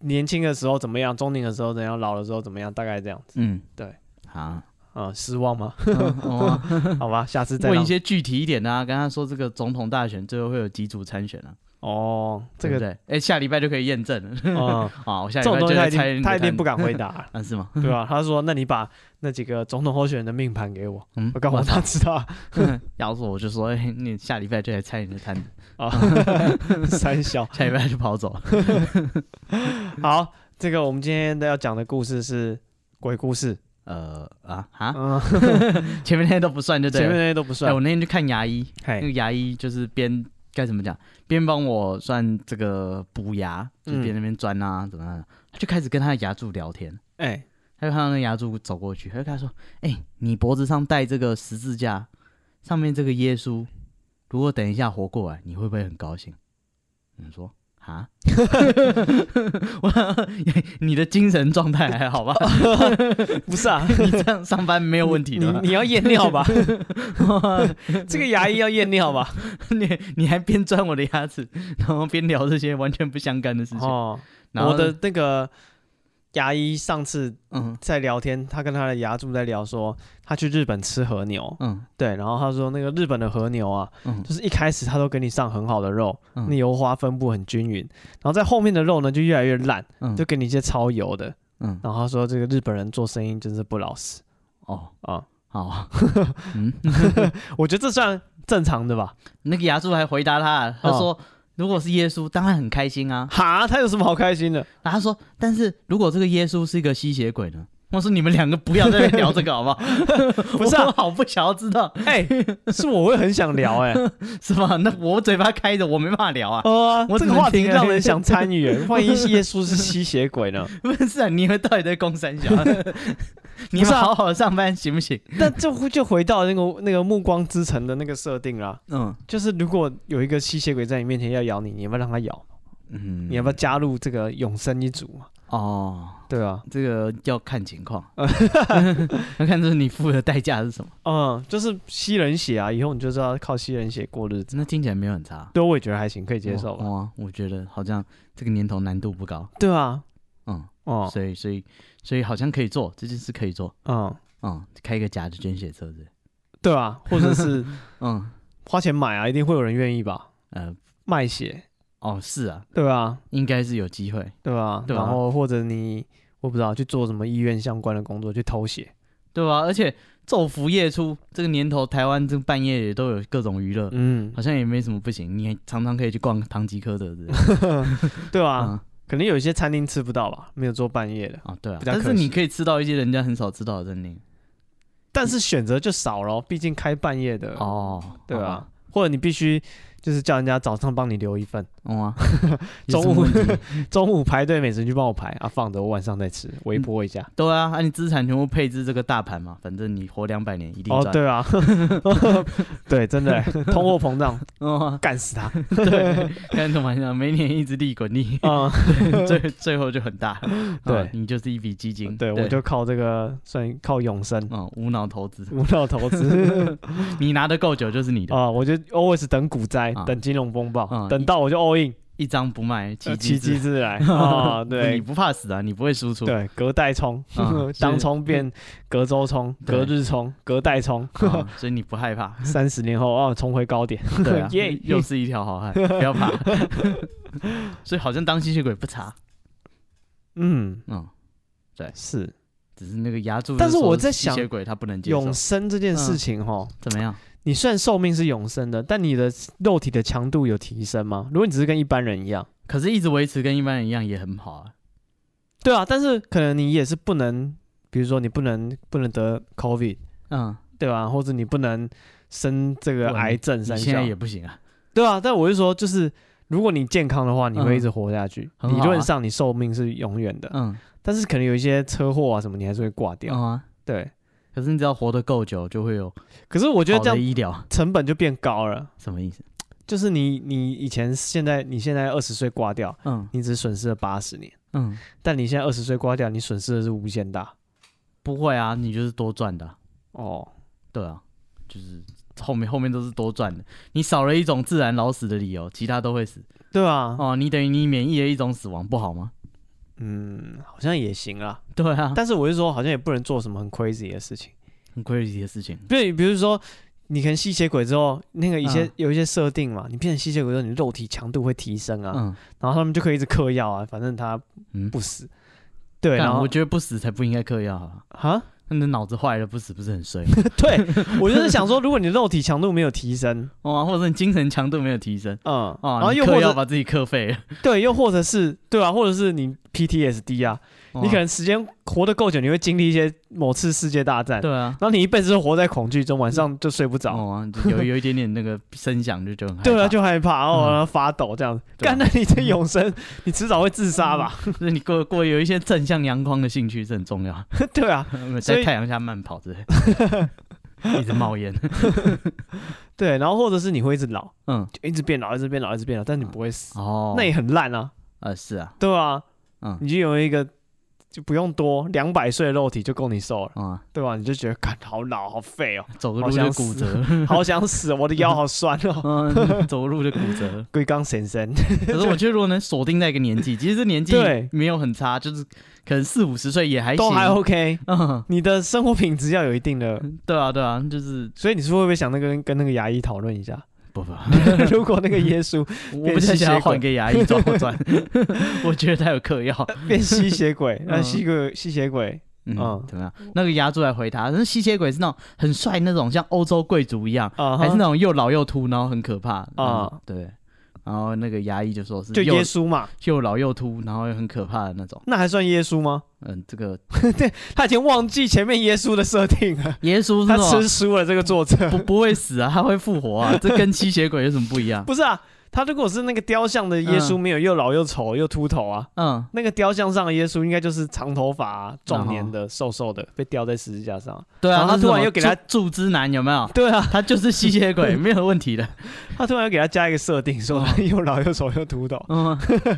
Speaker 1: 年轻的时候怎么样，中年的时候怎样，老的时候怎么样，大概这样子。
Speaker 2: 嗯，
Speaker 1: 对，
Speaker 2: 好，
Speaker 1: 嗯，失望吗？
Speaker 2: 嗯哦啊
Speaker 1: 好吧，下次再
Speaker 2: 问一
Speaker 1: 让
Speaker 2: 些具体一点的啊，跟他说这个总统大选最后会有几组参选啊，
Speaker 1: 哦，这
Speaker 2: 对不
Speaker 1: 个，
Speaker 2: 对，哎，下礼拜就可以验证了
Speaker 1: 嗯，
Speaker 2: 啊，我下
Speaker 1: 这种
Speaker 2: 礼拜
Speaker 1: 东
Speaker 2: 就
Speaker 1: 西他
Speaker 2: 来
Speaker 1: 一
Speaker 2: 猜你
Speaker 1: 定
Speaker 2: 的
Speaker 1: 他一定
Speaker 2: 看
Speaker 1: 不敢 回答，
Speaker 2: 啊，是吗？
Speaker 1: 对吧、他说，那你把那几个总统候选人的命盘给我，
Speaker 2: 嗯
Speaker 1: 我干嘛
Speaker 2: 我操
Speaker 1: 他知道啊？
Speaker 2: 要是我就说，哎，你下礼拜就来猜你的摊子，
Speaker 1: 啊， 三小。
Speaker 2: 下礼拜就跑走了，
Speaker 1: 好，这个我们今天要讲的故事是鬼故事，
Speaker 2: 呃啊啊，
Speaker 1: 嗯，
Speaker 2: 前面那些都不算就对
Speaker 1: 前面
Speaker 2: 了。
Speaker 1: 那些都不
Speaker 2: 哎，
Speaker 1: 算哎
Speaker 2: 我。嗯那天去看牙医，那
Speaker 1: 嘿，
Speaker 2: 个牙医就是边该怎么讲，边帮我算这个补牙，就是
Speaker 1: 嗯
Speaker 2: 边那边钻啊，怎么样的，他就开始跟他的牙柱聊天。
Speaker 1: 哎，
Speaker 2: 他就看到那个牙柱走过去，他就跟他说：“哎、你脖子上戴这个十字架，上面这个耶稣，如果等一下活过来，你会不会很高兴？”我们说：“啊，我你的精神状态还好吧？
Speaker 1: 不是啊，
Speaker 2: 你这样上班没有问题
Speaker 1: 你
Speaker 2: 的吧
Speaker 1: 你要验尿 吧？这个牙医要验尿吧？
Speaker 2: 你你还边钻我的牙齿，然后边聊这些完全不相干的事情。
Speaker 1: 哦，
Speaker 2: 然后
Speaker 1: 我的那个牙医上次
Speaker 2: 嗯
Speaker 1: 在聊天，他跟他的牙柱在聊说，他去日本吃和牛，
Speaker 2: 嗯
Speaker 1: 对，然后他说那个日本的和牛啊，
Speaker 2: 嗯
Speaker 1: 就是一开始他都给你上很好的肉，
Speaker 2: 嗯
Speaker 1: 那油花分布很均匀，然后在后面的肉呢就越来越烂，
Speaker 2: 嗯
Speaker 1: 就给你一些超油的。
Speaker 2: 嗯
Speaker 1: 然后他说这个日本人做生意真是不老实
Speaker 2: 哦
Speaker 1: 啊、
Speaker 2: 好嗯。”
Speaker 1: 我觉得这算正常的吧？
Speaker 2: 那个牙柱还回答他，他说：“
Speaker 1: 哦
Speaker 2: 如果是耶稣，当然很开心啊。
Speaker 1: 哈，他有什么好开 心的？”
Speaker 2: 然后他说：“但是如果这个耶稣是一个吸血鬼呢？”我说：“你们两个不要再聊这个好不好？
Speaker 1: 不是啊
Speaker 2: 我 好不想要知道
Speaker 1: 哎、是我会很想聊 哎、
Speaker 2: 是吧？那我嘴巴开着，我没办法聊啊。
Speaker 1: 呃，
Speaker 2: 我
Speaker 1: 这
Speaker 2: 只
Speaker 1: 个
Speaker 2: 能
Speaker 1: 话题
Speaker 2: 听啊而已
Speaker 1: 让人想参与、哎万一耶稣是吸血鬼呢？
Speaker 2: 不是啊，你们到底在攻三 小？你
Speaker 1: 不
Speaker 2: 们
Speaker 1: 是啊
Speaker 2: 好好上班行不行？
Speaker 1: 但这回就回到那个那个暮光之城的那个设定啦，
Speaker 2: 嗯
Speaker 1: 就是如果有一个吸血鬼在你面前要咬你，你要不要让他咬？
Speaker 2: 嗯
Speaker 1: 你要不要加入这个永生一族嘛？
Speaker 2: 哦？
Speaker 1: 对啊，
Speaker 2: 这个要看情 况，要看就是你付的代价是什么。
Speaker 1: 嗯，就是吸人血啊，以后你就知道靠吸人血过日子。
Speaker 2: 那听起来没有很差，
Speaker 1: 对，我也觉得还行，可以接受吧。
Speaker 2: 哇、哇哦啊我觉得好像这个年头难度不高。
Speaker 1: 对啊，
Speaker 2: 嗯，
Speaker 1: 哦，
Speaker 2: 所以所以所以好像可以做这件事，可以做，
Speaker 1: 嗯，
Speaker 2: 嗯，开一个假的捐血车子，
Speaker 1: 对啊，或者是
Speaker 2: 嗯，
Speaker 1: 花钱买啊，一定会有人愿意吧？
Speaker 2: 呃，
Speaker 1: 卖血，
Speaker 2: 哦，是啊，
Speaker 1: 对吧？
Speaker 2: 应该是有机会，
Speaker 1: 对吧？
Speaker 2: 对啊
Speaker 1: 然后或者你我不知道去做什么医院相关的工作，去偷血。
Speaker 2: 对吧？而且昼伏夜出这个年头，台湾这半夜也都有各种娱乐，
Speaker 1: 嗯，
Speaker 2: 好像也没什么不行，你还常常可以去逛唐吉诃德之类的
Speaker 1: 对 啊，
Speaker 2: 啊
Speaker 1: 可能有一些餐厅吃不到吧，没有做半夜的，
Speaker 2: 啊，对啊，
Speaker 1: 比较
Speaker 2: 但
Speaker 1: 可
Speaker 2: 是你
Speaker 1: 惜
Speaker 2: 可以吃到一些人家很少吃到的餐厅
Speaker 1: 但是选择就少了，毕竟开半夜的，
Speaker 2: 哦，
Speaker 1: 对
Speaker 2: 好
Speaker 1: 啊
Speaker 2: 吧，，
Speaker 1: 或者你必须就是叫人家早上帮你留一份。
Speaker 2: 嗯啊，
Speaker 1: 中
Speaker 2: 有什么
Speaker 1: 午
Speaker 2: 问题
Speaker 1: 中午排队美食去帮我排啊，放着我晚上再吃，微波一下。
Speaker 2: 对啊，啊，你资产全部配置这个大盘嘛，反正你活两百年一定
Speaker 1: 哦，
Speaker 2: 赚，
Speaker 1: 对啊， 对，真的欸通货膨 胀，
Speaker 2: 嗯啊，
Speaker 1: 干死他。
Speaker 2: 对，开什么玩笑，每年一直利滚利。
Speaker 1: 嗯，
Speaker 2: 最最后就很大，
Speaker 1: 对
Speaker 2: 啊你就是一笔基金，
Speaker 1: 对，我就靠这个算靠永生
Speaker 2: 嗯无脑投资，
Speaker 1: 无脑投 资
Speaker 2: 你拿的够久就是你的，
Speaker 1: 啊，我就 always 等股灾
Speaker 2: 啊，
Speaker 1: 等金融风暴
Speaker 2: 啊，
Speaker 1: 等到我就 all in，
Speaker 2: 一张不卖，奇
Speaker 1: 呃奇
Speaker 2: 迹之
Speaker 1: 迹自 来啊，
Speaker 2: 你
Speaker 1: 对。
Speaker 2: 不怕死啊，你不会输出，
Speaker 1: 对，隔代冲
Speaker 2: 啊，
Speaker 1: 当冲变隔周冲，
Speaker 2: 对
Speaker 1: 隔日冲，隔代 冲，
Speaker 2: 啊所以你不害 怕，
Speaker 1: 三十年后啊，重回高点。
Speaker 2: 对啊
Speaker 1: 耶，
Speaker 2: 又是一条 好汉，不要怕， 所以好像当吸血鬼不差，
Speaker 1: 嗯，
Speaker 2: 嗯，
Speaker 1: 是
Speaker 2: 只是那个牙柱，
Speaker 1: 但是我在想
Speaker 2: 吸血鬼他不能接受
Speaker 1: 永，生这件事情哦哈，
Speaker 2: 怎么样？
Speaker 1: 你虽然寿命是永生的，但你的肉体的强度有提升吗？如果你只是跟一般人一样，
Speaker 2: 可是一直维持跟一般人一样也很好啊，
Speaker 1: 对啊，但是可能你也是不能，比如说你不能不能得 COVID，
Speaker 2: 嗯，
Speaker 1: 对吧、或者你不能生这个
Speaker 2: 不能
Speaker 1: 癌症
Speaker 2: 你
Speaker 1: 三
Speaker 2: 现
Speaker 1: 项
Speaker 2: 在，也不行啊，
Speaker 1: 对啊。但我是说，就是如果你健康的话，你会一直活下去。
Speaker 2: 嗯很好
Speaker 1: 理
Speaker 2: 啊
Speaker 1: 论上，你寿命是永远的，
Speaker 2: 嗯，
Speaker 1: 但是可能有一些车祸啊什么，你还是会挂掉。
Speaker 2: 嗯啊。
Speaker 1: 对，
Speaker 2: 可是你只要活得够久，就会有
Speaker 1: 可是我觉得这
Speaker 2: 好的
Speaker 1: 样
Speaker 2: 医疗
Speaker 1: 成本就变高了。
Speaker 2: 什么意思？
Speaker 1: 就是你你以前现在你现在二十岁挂掉，
Speaker 2: 嗯
Speaker 1: 你只损失了八十年，
Speaker 2: 嗯，
Speaker 1: 但你现在二十岁挂掉，你损失的是无限大。
Speaker 2: 不会啊，你就是多赚的啊、
Speaker 1: 哦，
Speaker 2: 对啊，就是后面后面都是多赚的，你少了一种自然老死的理由，其他都会死
Speaker 1: 对啊，
Speaker 2: 哦。你等于你免疫了一种死亡，不好吗？
Speaker 1: 嗯，好像也行啦。
Speaker 2: 对啊，
Speaker 1: 但是我是说，好像也不能做什么很 crazy 的事情。
Speaker 2: 很 crazy 的事情。
Speaker 1: 对，比如说你可能吸血鬼之后，那个一些、
Speaker 2: 嗯
Speaker 1: 有一些设定嘛，你变成吸血鬼之后，你肉体强度会提升啊，
Speaker 2: 嗯
Speaker 1: 然后他们就可以一直嗑药啊，反正他
Speaker 2: 嗯，
Speaker 1: 不死。对，
Speaker 2: 干
Speaker 1: 然后
Speaker 2: 我觉得不死才不应该嗑药啊。
Speaker 1: 啊，
Speaker 2: 那你脑子坏了不死不是很衰
Speaker 1: 对我就是想说，如果你肉体强度没有提升，
Speaker 2: 哦，或者你精神强度没有提升
Speaker 1: 嗯，
Speaker 2: 哦，
Speaker 1: 然后
Speaker 2: 你
Speaker 1: 又
Speaker 2: 嗑
Speaker 1: 或
Speaker 2: 药
Speaker 1: 者
Speaker 2: 把自己嗑废了，
Speaker 1: 对，又或者是对啊，或者是你 PTSD 啊， 你可
Speaker 2: 哦
Speaker 1: 能时间活得够久，你会经历一些某次世界大战，然
Speaker 2: 对啊。
Speaker 1: 后你一辈子都活在恐惧中，晚上就睡不着。
Speaker 2: 哦啊，就有有一点点那个声响就就很害
Speaker 1: 对啊，
Speaker 2: 怕
Speaker 1: 就害怕哦，
Speaker 2: 嗯
Speaker 1: 然后发抖这样子。
Speaker 2: 对啊
Speaker 1: 干，
Speaker 2: 嗯
Speaker 1: 那你这永生，你迟早会自杀吧？
Speaker 2: 就是你过过有一些正向阳光的兴趣是很重要，
Speaker 1: 对啊，所
Speaker 2: 在
Speaker 1: 以
Speaker 2: 太阳下慢跑之类， 一直冒烟，
Speaker 1: 对，啊然后或者是你会一直老，
Speaker 2: 嗯，
Speaker 1: 就一直变老，一直变老，一直变老，但你不会死，
Speaker 2: 哦，
Speaker 1: 那也很烂啊，
Speaker 2: 呃是啊，
Speaker 1: 对啊，
Speaker 2: 嗯
Speaker 1: 你就有一个就不用多两百岁的肉体就够你受了，
Speaker 2: 啊，
Speaker 1: 对吧？你就觉得干好老好废哦，
Speaker 2: 走个
Speaker 1: 好
Speaker 2: 路
Speaker 1: 想
Speaker 2: 就骨
Speaker 1: 死
Speaker 2: 折，
Speaker 1: 好想死，我的腰好酸哦，
Speaker 2: 嗯， 走路就骨折。
Speaker 1: 龟缸神神，
Speaker 2: 可是我觉得如果能锁定在一个年纪，其实这年纪
Speaker 1: 对
Speaker 2: 没有很差，就是可能四五十岁也还
Speaker 1: 都
Speaker 2: 行，
Speaker 1: 还 OK，
Speaker 2: 嗯，
Speaker 1: 你的生活品质要有一定的。
Speaker 2: 对啊对啊，就是
Speaker 1: 所以你是会不会想那个跟跟那个牙医讨论一 下？
Speaker 2: 不不，
Speaker 1: 如果那个耶稣
Speaker 2: 我不太想要换给牙医转
Speaker 1: 变
Speaker 2: 转， 我觉得他有嗑药，
Speaker 1: 变吸血 鬼，那
Speaker 2: 嗯
Speaker 1: 吸鬼吸血鬼，
Speaker 2: 嗯
Speaker 1: 嗯，
Speaker 2: 怎么样？那个牙主来回答，那吸血鬼是那种很帅那种，像欧洲贵族一样，
Speaker 1: 啊哈，
Speaker 2: 还是那种又老又秃，然后很可怕
Speaker 1: 啊
Speaker 2: 啊，对。然后那个牙医就说是
Speaker 1: 就
Speaker 2: 又
Speaker 1: 耶稣嘛？
Speaker 2: 又老又秃，然后又很可怕的那种。
Speaker 1: 那还算耶稣吗？
Speaker 2: 嗯，这个
Speaker 1: 他已经忘记前面耶稣的设定了，
Speaker 2: 耶稣是
Speaker 1: 他
Speaker 2: 那种
Speaker 1: 吃书了。这个作者
Speaker 2: 不不会死啊，他会复 活啊，这跟吸血鬼有什么不一样？
Speaker 1: 不是啊，他如果是那个雕像的耶稣，
Speaker 2: 嗯
Speaker 1: 没有又老又丑又秃头啊。
Speaker 2: 嗯，
Speaker 1: 那个雕像上的耶稣应该就是长头发啊、壮
Speaker 2: 然
Speaker 1: 年
Speaker 2: 后
Speaker 1: 的、瘦瘦的，被吊在十字架上。
Speaker 2: 对
Speaker 1: 然
Speaker 2: 啊，
Speaker 1: 后他
Speaker 2: 那是
Speaker 1: 突然
Speaker 2: 什么
Speaker 1: 又给他
Speaker 2: 柱柱之男有没 有？
Speaker 1: 对啊，
Speaker 2: 他就是吸血鬼，没有问题的。
Speaker 1: 他突然又给他加一个设定，
Speaker 2: 哦
Speaker 1: 说他 又老又丑又秃头。
Speaker 2: 嗯，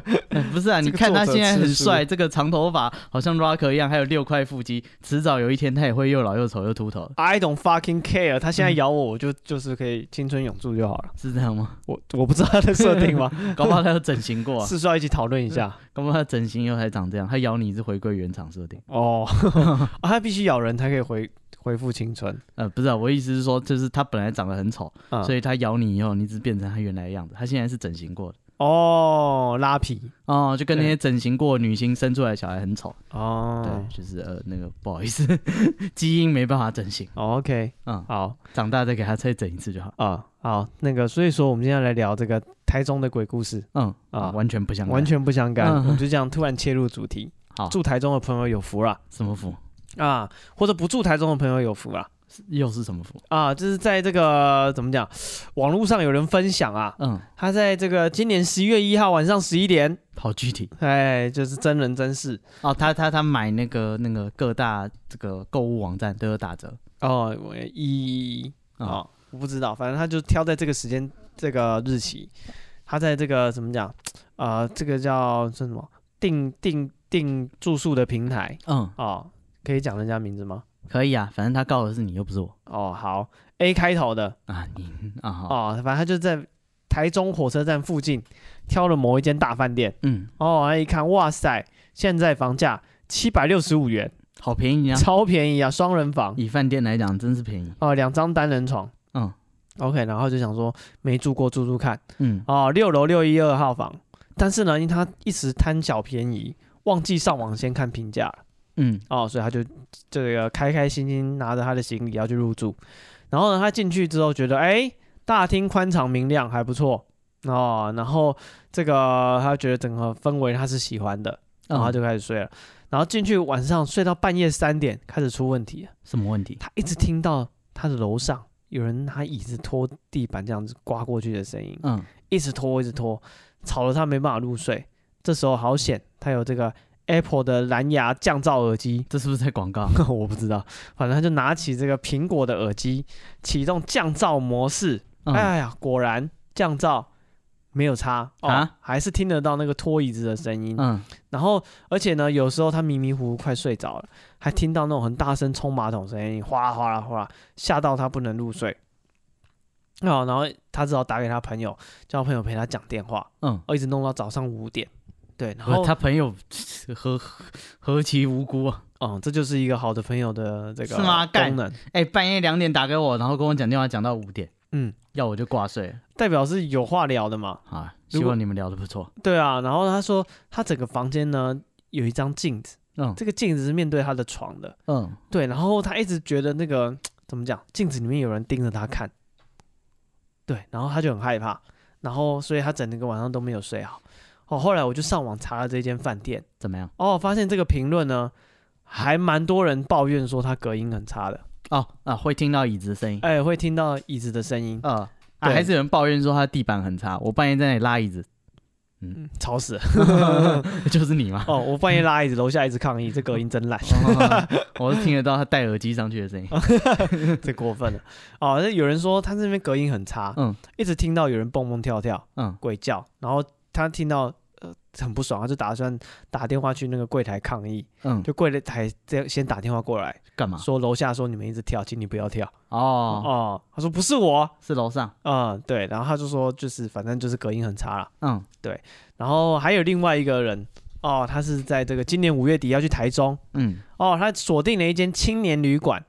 Speaker 2: 不是啊，
Speaker 1: 这
Speaker 2: 你
Speaker 1: 个
Speaker 2: 看他
Speaker 1: 作者
Speaker 2: 现在
Speaker 1: 吃
Speaker 2: 很
Speaker 1: 书
Speaker 2: 帅，这个长头发好像 Rock 一样，还有六块腹肌，迟早有一天他也会又老又丑又秃头的，
Speaker 1: I don't fucking care，他现在
Speaker 2: 嗯
Speaker 1: 咬我，我就就是可以青春永驻就好了。
Speaker 2: 是这样 吗？
Speaker 1: 我我不知道他的设 定吗？
Speaker 2: 搞不好他有整形过、啊，
Speaker 1: 是不是要一起讨论一下？
Speaker 2: 搞不好他整形以后才长这样，他咬你是回归原厂设定。
Speaker 1: 哦， 啊，他必须咬人才可以回恢复青春。
Speaker 2: 呃，不是、啊，我意思是说，就是他本来长得很丑，
Speaker 1: 嗯
Speaker 2: 所以他咬你以后，你只变成他原来的样子。他现在是整形过的
Speaker 1: 哦，拉皮
Speaker 2: 哦，就跟那些整形过的女星生出来的小孩很丑，
Speaker 1: 哦
Speaker 2: 对，就是呃那个不好意思，基因没办法整形，
Speaker 1: 哦，OK，
Speaker 2: 嗯，
Speaker 1: 好
Speaker 2: 长大再给他再整一次就好，
Speaker 1: 啊、好，那个，所以说我们今天来聊这个台中的鬼故事，
Speaker 2: 嗯
Speaker 1: 啊
Speaker 2: 啊，完全不相干
Speaker 1: 完全不相干，
Speaker 2: 嗯
Speaker 1: 我们就这样突然切入主题。
Speaker 2: 好
Speaker 1: 住台中的朋友有福啦，
Speaker 2: 什么福，
Speaker 1: 啊，或者不住台中的朋友有福啦，
Speaker 2: 又是什么福，
Speaker 1: 啊，就是在这个怎么讲，网络上有人分享啊，
Speaker 2: 嗯，
Speaker 1: 他在这个今年十一月一号晚上十一点，
Speaker 2: 好具体
Speaker 1: 哎，就是真人真事，
Speaker 2: 哦，他他他买那个那个各大这个购物网站都有打折，
Speaker 1: 哦，我一
Speaker 2: 嗯
Speaker 1: 哦，我不知道，反正他就挑在这个时间这个日期，他在这个怎么讲啊、呃这个叫这什么订订订住宿的平台
Speaker 2: 嗯，
Speaker 1: 哦，可以讲人家名字吗？
Speaker 2: 可以啊，反正他告的是你又不是我
Speaker 1: 哦，好，A 开头的
Speaker 2: 啊，你啊好，
Speaker 1: 哦，反正他就在台中火车站附近挑了某一间大饭店
Speaker 2: 嗯，
Speaker 1: 哦，他一看，哇塞，现在房价七百六十五元，
Speaker 2: 好便宜啊，
Speaker 1: 超便宜啊，双人房
Speaker 2: 以饭店来讲真是便宜，
Speaker 1: 哦，两张单人床。
Speaker 2: 嗯
Speaker 1: OK，然后就想说没住过住住看
Speaker 2: 嗯，
Speaker 1: 哦，六楼六一二号房，但是呢，因为他一时贪小便宜，忘记上网先看评价了
Speaker 2: 嗯
Speaker 1: 哦，所以他就这个开开心心拿着他的行李要去入住，然后呢，他进去之后觉得哎，大厅宽敞明亮，还不错哦，然后这个他觉得整个氛围他是喜欢的，然后他
Speaker 2: 啊，
Speaker 1: 就开始睡了，然后进去晚上睡到半夜三点开始出问题了，
Speaker 2: 什么问题？
Speaker 1: 他一直听到他的楼上有人拿椅子拖地板这样子刮过去的声音，
Speaker 2: 嗯，
Speaker 1: 一直拖一直拖，吵得他没办法入睡。这时候好险，他有这个 Apple 的蓝牙降噪耳机，
Speaker 2: 这是不是在广告？
Speaker 1: 我不知道，反正他就拿起这个苹果的耳机，启动降噪模式。
Speaker 2: 嗯
Speaker 1: 哎呀，果然降噪没有差哦、
Speaker 2: 啊
Speaker 1: 还是听得到那个拖椅子的声音。
Speaker 2: 嗯，
Speaker 1: 然后，而且呢，有时候他迷迷糊糊快睡着了，还听到那种很大声冲马桶声音，哗啦哗啦哗啦，吓到他不能入睡。哦，然后他只好打给他朋友，叫他朋友陪他讲电话，
Speaker 2: 嗯，
Speaker 1: 哦，一直弄到早上五点。对，然
Speaker 2: 不是
Speaker 1: 后
Speaker 2: 哦他朋友何何何其无辜啊！
Speaker 1: 嗯，这就是一个好的朋友的这个
Speaker 2: 是吗干
Speaker 1: 功能，
Speaker 2: 哎，半夜两点打给我，然后跟我讲电话讲到五点，
Speaker 1: 嗯，
Speaker 2: 要我就挂睡了
Speaker 1: 代表是有话聊的嘛。
Speaker 2: 啊。
Speaker 1: 如
Speaker 2: 希
Speaker 1: 果
Speaker 2: 望你们聊得不错。
Speaker 1: 对啊，然后他说他整个房间呢有一张镜子，
Speaker 2: 嗯
Speaker 1: 这个镜子是面对他的床的，
Speaker 2: 嗯，
Speaker 1: 对，然后他一直觉得那个怎么讲，镜子里面有人盯着他看，对，然后他就很害怕，然后所以他整个晚上都没有睡好。哦，后来我就上网查了这间饭店，
Speaker 2: 怎么样？
Speaker 1: 哦，发现这个评论呢，还蛮多人抱怨说他隔音很差的，
Speaker 2: 哦啊，会听到椅子的声音。
Speaker 1: 哎，会听到椅子的声音，
Speaker 2: 呃，啊，
Speaker 1: 对
Speaker 2: 还是有人抱怨说他的地板很差，我半夜在那里拉椅 子，
Speaker 1: 嗯，吵死了。
Speaker 2: 就是你 吗？
Speaker 1: 哦，我半夜拉椅子，楼下一直抗议，这隔音真烂。
Speaker 2: 我是听得到他戴耳机上去的声音。
Speaker 1: 太过分了哦！那有人说他这边隔音很差，
Speaker 2: 嗯
Speaker 1: 一直听到有人蹦蹦跳跳、
Speaker 2: 嗯
Speaker 1: 鬼叫，然后他听到呃很不爽，他就打算打电话去那个柜台抗议，
Speaker 2: 嗯，
Speaker 1: 就柜台这样先打电话过来，
Speaker 2: 干嘛？
Speaker 1: 说楼下说你们一直跳，请你不要跳
Speaker 2: 啊哦，
Speaker 1: 哦。他说不是我，
Speaker 2: 是楼上。
Speaker 1: 嗯，对，然后他就说就是反正就是隔音很差啦。
Speaker 2: 嗯
Speaker 1: 然后还有另外一个人哦，他是在这个今年五月底要去台中，
Speaker 2: 嗯
Speaker 1: 哦，他锁定了一间青年旅馆，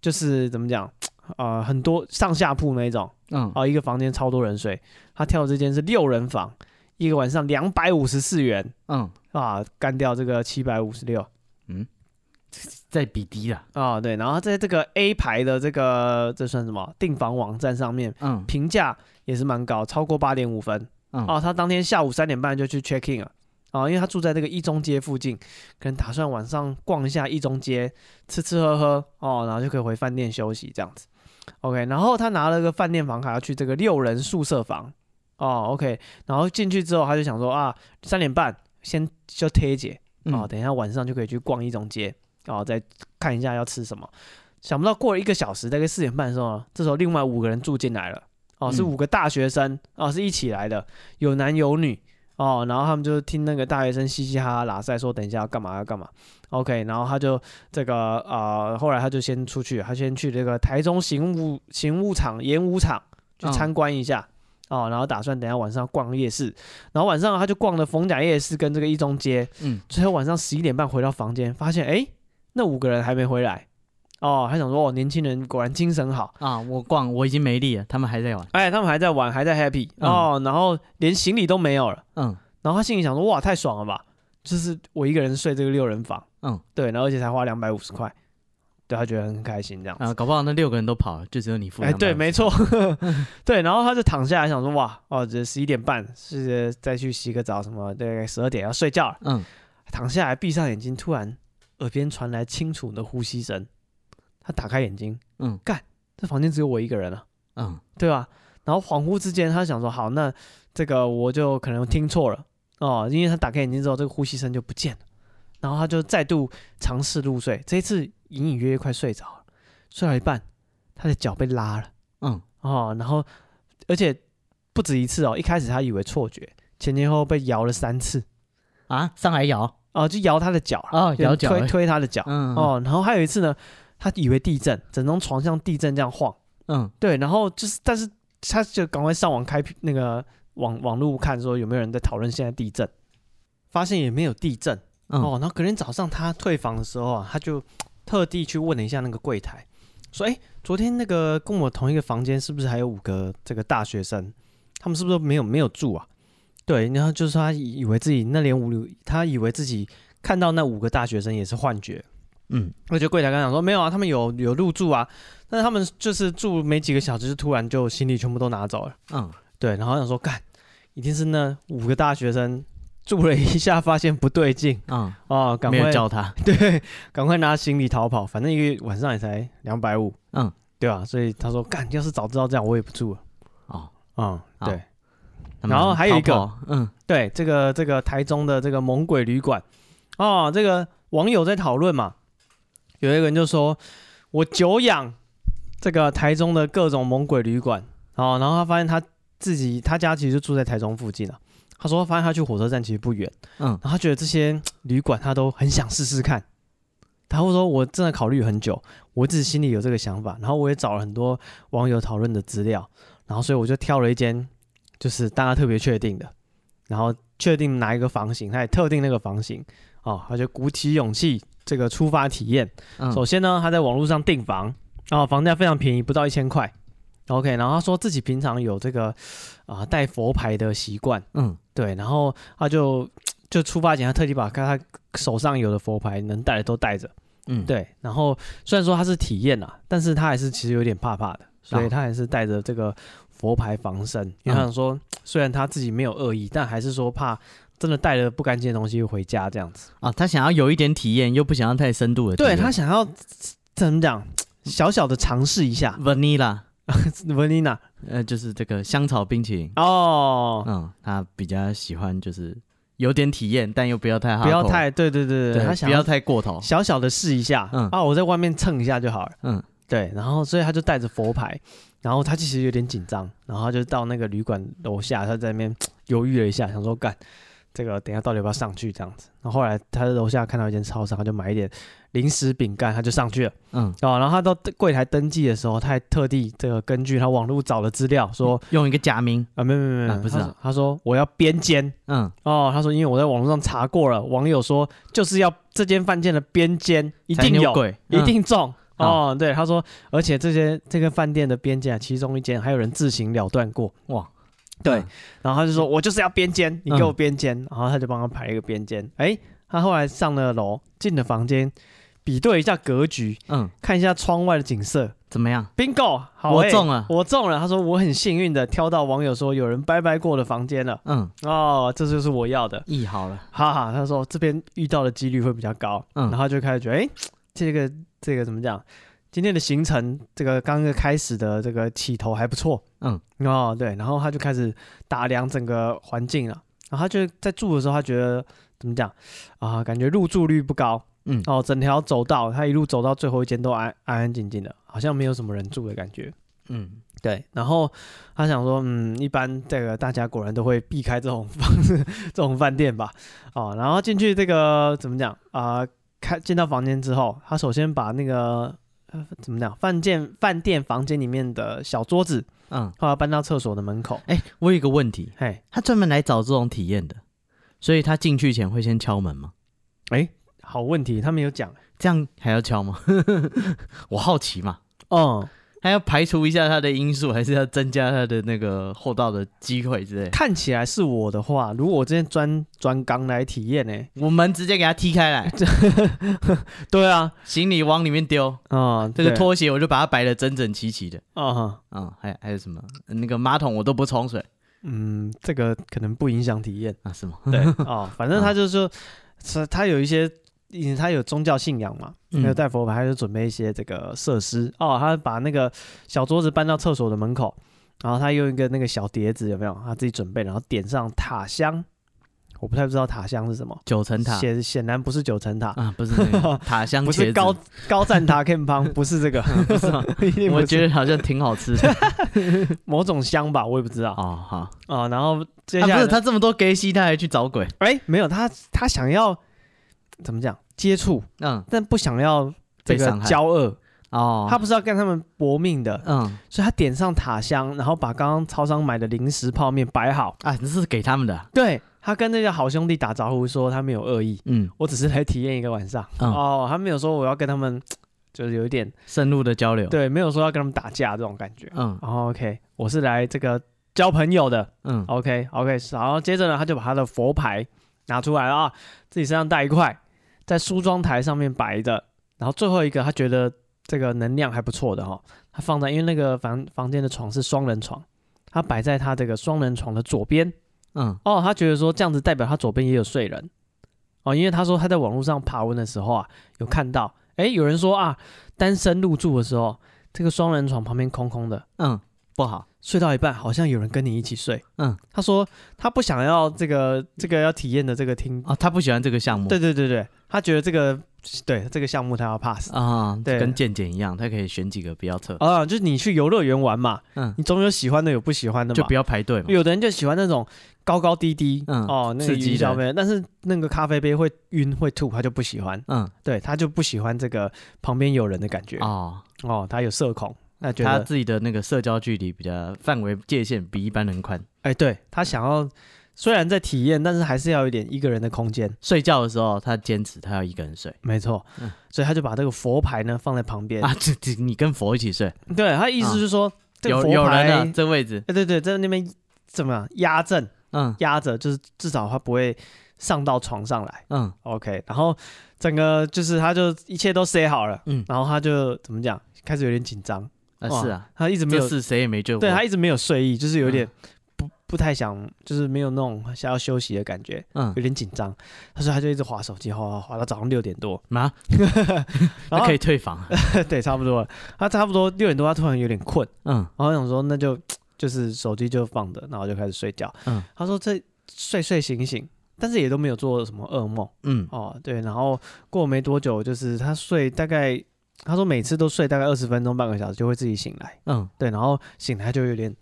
Speaker 1: 就是怎么讲，呃，很多上下铺那一种，
Speaker 2: 嗯，
Speaker 1: 哦，一个房间超多人睡。他跳的这间是六人房，一个晚上两百五十四元
Speaker 2: 嗯，
Speaker 1: 啊，干掉这个七百五十六
Speaker 2: 在比低啦。
Speaker 1: 啊，对。然后在这个 A 排的这个这算什么订房网站上面
Speaker 2: 嗯
Speaker 1: 评价也是蛮高，超过八点五分。
Speaker 2: 嗯
Speaker 1: 哦，他当天下午三点半就去 check in 了。哦，因为他住在这个一中街附近，可能打算晚上逛一下一中街，吃吃喝喝哦，然后就可以回饭店休息这样子。OK，然后他拿了个饭店房卡要去这个六人宿舍房哦，OK，然后进去之后他就想说啊，三点半先就贴解哦，
Speaker 2: 嗯
Speaker 1: 等一下晚上就可以去逛一中街哦，再看一下要吃什么。想不到过了一个小时，大概四点半的时候呢，这时候另外五个人住进来了哦，是
Speaker 2: 嗯
Speaker 1: 五个大学生、哦，是一起来的，有男有女哦，然后他们就听那个大学生嘻嘻哈哈拉塞说等一下要干嘛要干嘛，OK，然后他就这个呃，后来他就先出去，他先去这个台中刑务刑务厂演武场去
Speaker 2: 嗯
Speaker 1: 参观一下、哦，然后打算等一下晚上逛夜市，然后晚上他就逛了逢甲夜市跟这个一中街，
Speaker 2: 嗯
Speaker 1: 最后晚上十一点半回到房间，发现诶，那五个人还没回来哦，他想说哦，年轻人果然精神好，
Speaker 2: 啊，我逛我已经没力了，他们还在玩。
Speaker 1: 哎，他们还在玩，还在 happy 哦，然后连行李都没有了。
Speaker 2: 嗯
Speaker 1: 然后他心里想说：“哇，太爽了吧！就是我一个人睡这个六人房，
Speaker 2: 嗯
Speaker 1: 对，然后而且才花两百五十块，对他觉得很开心这样子。
Speaker 2: 啊，搞不好那六个人都跑了，就只有你付。
Speaker 1: 哎，对，没 错，对。然后他就躺下来想说：哇，哦，这十一点半是再去洗个澡什么，大概十二点要睡觉了。
Speaker 2: 嗯，
Speaker 1: 躺下来，闭上眼睛，突然耳边传来清楚的呼吸声。他打开眼睛，
Speaker 2: 嗯
Speaker 1: 干，这房间只有我一个人了。”
Speaker 2: 嗯
Speaker 1: 对吧、然后恍惚之间，他想说，好，那这个我就可能听错了哦，因为他打开眼睛之后，这个呼吸声就不见了，然后他就再度尝试入睡，这一次隐隐约约快睡着了，睡到一半，他的脚被拉了
Speaker 2: 嗯
Speaker 1: 哦，然后而且不止一次哦，一开始他以为错觉，前前后后被摇了三次
Speaker 2: 啊，上来摇
Speaker 1: 哦，就摇他的脚了，
Speaker 2: 哦，摇
Speaker 1: 就
Speaker 2: 脚
Speaker 1: 推
Speaker 2: 了。
Speaker 1: 推他的脚、
Speaker 2: 嗯
Speaker 1: 哦，然后还有一次呢，他以为地震，整张床像地震这样晃。
Speaker 2: 嗯
Speaker 1: 对，然后就是，但是他就赶快上网开那个网网络看，说有没有人在讨论现在地震，发现也没有地震、
Speaker 2: 嗯
Speaker 1: 哦。然后隔天早上他退房的时候啊，他就特地去问了一下那个柜台，说：“哎，昨天那个跟我同一个房间是不是还有五个这个大学生？他们是不是没有没有住啊？”对，然后就是他以以为自己那连五，他以为自己看到那五个大学生也是幻觉，
Speaker 2: 嗯
Speaker 1: 我觉得柜台刚讲说没有啊，他们有有入住啊，但是他们就是住没几个小时，就突然就行李全部都拿走了。
Speaker 2: 嗯，
Speaker 1: 对，然后想说干，一定是那五个大学生住了一下，发现不对劲
Speaker 2: 嗯，
Speaker 1: 哦，赶
Speaker 2: 没
Speaker 1: 快
Speaker 2: 有叫他。
Speaker 1: 对，赶快拿行李逃跑，反正一个晚上也才两百五。
Speaker 2: 嗯，
Speaker 1: 对吧、所以他说，干，要是早知道这样，我也不住了。
Speaker 2: 哦，
Speaker 1: 嗯，
Speaker 2: 好
Speaker 1: 对
Speaker 2: 他们
Speaker 1: 然后还有一个
Speaker 2: 逃跑，嗯，
Speaker 1: 对，这个这个台中的这个猛鬼旅馆，哦，这个网友在讨论嘛，有一个人就说，我久仰这个台中的各种猛鬼旅馆，哦，然后他发现他自己他家其实就住在台中附近啊。他说：“发现他去火车站其实不远，
Speaker 2: 嗯
Speaker 1: 然后他觉得这些旅馆他都很想试试看。他会说：“我真的考虑很久，我自己心里有这个想法，然后我也找了很多网友讨论的资料，然后所以我就挑了一间，就是大家特别确定的，然后确定哪一个房型，他也特定那个房型，哦，他就鼓起勇气这个出发体验。
Speaker 2: 嗯，
Speaker 1: 首先呢，他在网络上订房，然、后房价非常便宜，不到一千块。OK，然后他说自己平常有这个啊、带佛牌的习惯，
Speaker 2: 嗯
Speaker 1: 对，然后他就就出发前，他特地把他手上有的佛牌能带的都带着。
Speaker 2: 嗯，
Speaker 1: 对，然后虽然说他是体验啦，但是他还是其实有点怕怕的，所以
Speaker 2: 啊嗯
Speaker 1: 他还是带着这个佛牌防身，因为他想说，虽然他自己没有恶意，但还是说怕真的带了不干净的东西回家这样子。
Speaker 2: 啊，他想要有一点体验，又不想要太深度的体
Speaker 1: 对
Speaker 2: 验，
Speaker 1: 他想要怎么讲，小小的尝试一下
Speaker 2: vanilla，
Speaker 1: Vanina
Speaker 2: 呃，就是这个香草冰淇淋，
Speaker 1: 哦，
Speaker 2: 嗯，他比较喜欢就是有点体验，但又不要太
Speaker 1: 不要
Speaker 2: hardcore，
Speaker 1: 太对对对
Speaker 2: 对，
Speaker 1: 他想
Speaker 2: 不要太过头，
Speaker 1: 小小的试一下，
Speaker 2: 哦嗯
Speaker 1: 啊，我在外面蹭一下就好了。
Speaker 2: 嗯，
Speaker 1: 对，然后所以他就带着佛牌，然后他其实有点紧张，然后他就到那个旅馆楼下，他在那边犹豫了一下，想说干这个等一下到底要不要上去这样子。然后后来他在楼下看到一间超商，他就买一点零食饼干，他就上去了。
Speaker 2: 嗯，
Speaker 1: 哦，然后他到柜台登记的时候，他还特地这个根据他网络找的资料说
Speaker 2: 用一个假名，
Speaker 1: 啊，没有没有没有
Speaker 2: 啊
Speaker 1: 没有，
Speaker 2: 不是
Speaker 1: 他
Speaker 2: 啊
Speaker 1: 说他说我要边间。
Speaker 2: 嗯，
Speaker 1: 哦，他说因为我在网络上查过了，网友说就是要这间饭店的边间一定有，
Speaker 2: 鬼，
Speaker 1: 一
Speaker 2: 嗯
Speaker 1: 定中。
Speaker 2: 好
Speaker 1: 哦，对，他说，而且这些这个饭店的边间啊，其中一间还有人自行了断过，
Speaker 2: 哇，
Speaker 1: 对
Speaker 2: 嗯，
Speaker 1: 然后他就说，我就是要边间，你给我
Speaker 2: 嗯
Speaker 1: 边间，然后他就帮他排一个边间。哎，他后来上了楼，进了房间，比对一下格局，
Speaker 2: 嗯，
Speaker 1: 看一下窗外的景色
Speaker 2: 怎么样？
Speaker 1: ，bingo，好、
Speaker 2: 我
Speaker 1: 哎
Speaker 2: 中了
Speaker 1: 我中了。他说我很幸运的挑到网友说有人拜拜过的房间了，
Speaker 2: 嗯，
Speaker 1: 哦，这就是我要的。
Speaker 2: 意好了，
Speaker 1: 哈哈，他说这边遇到的几率会比较高，
Speaker 2: 嗯
Speaker 1: 然后就开始觉得，哎、这个这个怎么讲？今天的行程，这个刚刚开始的这个起头还不错，
Speaker 2: 嗯，
Speaker 1: 哦对，然后他就开始打量整个环境了，然后他就在住的时候，他觉得怎么讲啊、感觉入住率不高，
Speaker 2: 嗯
Speaker 1: 哦，整条走道他一路走到最后一间都安安安静静的，好像没有什么人住的感觉，
Speaker 2: 嗯，
Speaker 1: 对，然后他想说，嗯，一般这个大家果然都会避开这种 房这种饭店吧，哦，然后进去这个怎么讲啊、开进到房间之后，他首先把那个、呃、怎么讲饭店饭店房间里面的小桌子，
Speaker 2: 嗯，
Speaker 1: 后来搬到厕所的门口，
Speaker 2: 哎，我有一个问题，
Speaker 1: 嘿，
Speaker 2: 他专门来找这种体验的，所以他进去前会先敲门吗？
Speaker 1: 好问题，他没有讲，
Speaker 2: 这样还要敲吗？ 我好奇嘛，
Speaker 1: 嗯，
Speaker 2: 他要排除一下他的因素，还是要增加他的那个后道的机会之类？
Speaker 1: 看起来是我的话，如果我今天专专刚来体验呢、
Speaker 2: 我们直接给他踢 开来，
Speaker 1: 对啊，
Speaker 2: 行李往里面丢。
Speaker 1: 嗯，
Speaker 2: 这个
Speaker 1: 对，
Speaker 2: 拖鞋我就把它摆的整整齐齐的。
Speaker 1: 嗯
Speaker 2: 嗯，还还有什么？那个马桶我都不冲水
Speaker 1: 嗯，这个可能不影响体验。
Speaker 2: 啊？是吗？
Speaker 1: 对 哦，反正他就是说，是他有一些，因为他有宗教信仰嘛，
Speaker 2: 嗯
Speaker 1: 没有带佛牌，他就准备一些这个设施哦，他把那个小桌子搬到厕所的门口，然后他用一个那个小碟子有没有？他自己准备，然后点上塔香，我不太知道塔香是什么，
Speaker 2: 九层塔
Speaker 1: 显显然不是九层塔。
Speaker 2: 啊，不是那 个塔香
Speaker 1: 不
Speaker 2: 茄
Speaker 1: 是
Speaker 2: 子，
Speaker 1: 高高赞塔 K 方，不是这个，
Speaker 2: 不是吗？
Speaker 1: 一定不
Speaker 2: 我
Speaker 1: 是
Speaker 2: 觉得好像挺好 吃的
Speaker 1: 某种香吧，我也不知道啊、
Speaker 2: 哦。好，啊，啊
Speaker 1: 哦然后接下
Speaker 2: 不
Speaker 1: 来
Speaker 2: 是
Speaker 1: 呢，
Speaker 2: 他这么多 gay 戏，他还去找鬼？
Speaker 1: 哎、没有他，他想要怎么讲接触，
Speaker 2: 嗯，
Speaker 1: 但不想要这
Speaker 2: 被
Speaker 1: 个
Speaker 2: 伤害
Speaker 1: 交恶，
Speaker 2: 哦，
Speaker 1: 他不是要跟他们搏命的，
Speaker 2: 嗯
Speaker 1: 所以他点上塔香，然后把刚刚超商买的零食泡面摆好。
Speaker 2: 啊，这是给他们的啊，
Speaker 1: 对他跟那个好兄弟打招呼说他没有恶意，
Speaker 2: 嗯，
Speaker 1: 我只是来体验一个晚上。
Speaker 2: 嗯
Speaker 1: 哦，他没有说我要跟他们，就是有一点
Speaker 2: 深入的交流。，
Speaker 1: 对，没有说要跟他们打架这种感觉。
Speaker 2: 嗯
Speaker 1: 哦 OK，我是来这个交朋友的。
Speaker 2: 嗯
Speaker 1: OK OK，然后接着呢，他就把他的佛牌拿出来了啊，自己身上带一块，在梳妆台上面摆着。然后最后一个，他觉得这个能量还不错的哈、他放在因为那个房房间的床是双人床，他摆在他这个双人床的左边。
Speaker 2: 嗯
Speaker 1: 哦，他觉得说这样子代表他左边也有睡人哦，因为他说他在网络上爬文的时候啊，有看到，诶，有人说啊，单身入住的时候，这个双人床旁边空空的，
Speaker 2: 嗯，不好，
Speaker 1: 睡到一半好像有人跟你一起睡。
Speaker 2: 嗯，
Speaker 1: 他说他不想要这个这个要体验的这个厅。
Speaker 2: 啊，他不喜欢这个项目，
Speaker 1: 对对对对，他觉得这个对这个项目他要 pass。
Speaker 2: 啊，
Speaker 1: 对
Speaker 2: 跟健检一样，他可以选几个不要测，
Speaker 1: 啊，就是你去游乐园玩嘛，
Speaker 2: 嗯，
Speaker 1: 你总有喜欢的，有不喜欢的嘛。
Speaker 2: 就不要排队嘛，
Speaker 1: 有的人就喜欢那种高高低低，
Speaker 2: 嗯
Speaker 1: 哦，那个
Speaker 2: 刺激
Speaker 1: 云霄
Speaker 2: 的
Speaker 1: 飞，但是那个咖啡杯会晕会吐，他就不喜欢，
Speaker 2: 嗯，
Speaker 1: 对，他就不喜欢这个旁边有人的感觉，
Speaker 2: 哦，
Speaker 1: 哦，他有社恐，那觉
Speaker 2: 他
Speaker 1: 得，
Speaker 2: 自己的那个社交距离比较范围界限比一般人宽，
Speaker 1: 哎，对他想要虽然在体验，但是还是要有一点一个人的空间，
Speaker 2: 睡觉的时候他坚持他要一个人睡
Speaker 1: 没错，
Speaker 2: 嗯
Speaker 1: 所以他就把这个佛牌呢放在旁边，
Speaker 2: 啊，这这你跟佛一起睡，
Speaker 1: 对，他意思就是说、这个
Speaker 2: 有
Speaker 1: 佛
Speaker 2: 有人
Speaker 1: 牌，
Speaker 2: 啊，这位置，
Speaker 1: 哎，对对，在那边怎么样压阵
Speaker 2: 嗯
Speaker 1: 压着，就是至少他不会上到床上来。
Speaker 2: 嗯，
Speaker 1: OK，然后整个就是他就一切都 say 好了，
Speaker 2: 嗯
Speaker 1: 然后他就怎么讲，开始有点紧张，
Speaker 2: 啊
Speaker 1: 哇
Speaker 2: 是嗯啊，
Speaker 1: 他一直没
Speaker 2: 这
Speaker 1: 有，
Speaker 2: 事谁也没救过，
Speaker 1: 对他一直没有睡意，就是有点不、不太想，就是没有那种想要休息的感觉，
Speaker 2: 嗯
Speaker 1: 有，点紧张。他说他就一直划手机，划划划到早上六点多，
Speaker 2: 嘛，
Speaker 1: 然
Speaker 2: 那
Speaker 1: 后
Speaker 2: 哎可以退房，
Speaker 1: 对，差不多了，他差不多六点多，他突然有点困，
Speaker 2: 嗯
Speaker 1: 然后想说那就就是手机就放着，然后就开始睡觉。
Speaker 2: 嗯
Speaker 1: 他说这睡睡醒醒，但是也都没有做什么噩梦。
Speaker 2: 嗯，
Speaker 1: 哦，对，然后过没多久，就是他睡大概，他说每次都睡大概二十分钟、半个小时就会自己醒来，
Speaker 2: 嗯
Speaker 1: 对，然后醒来就有点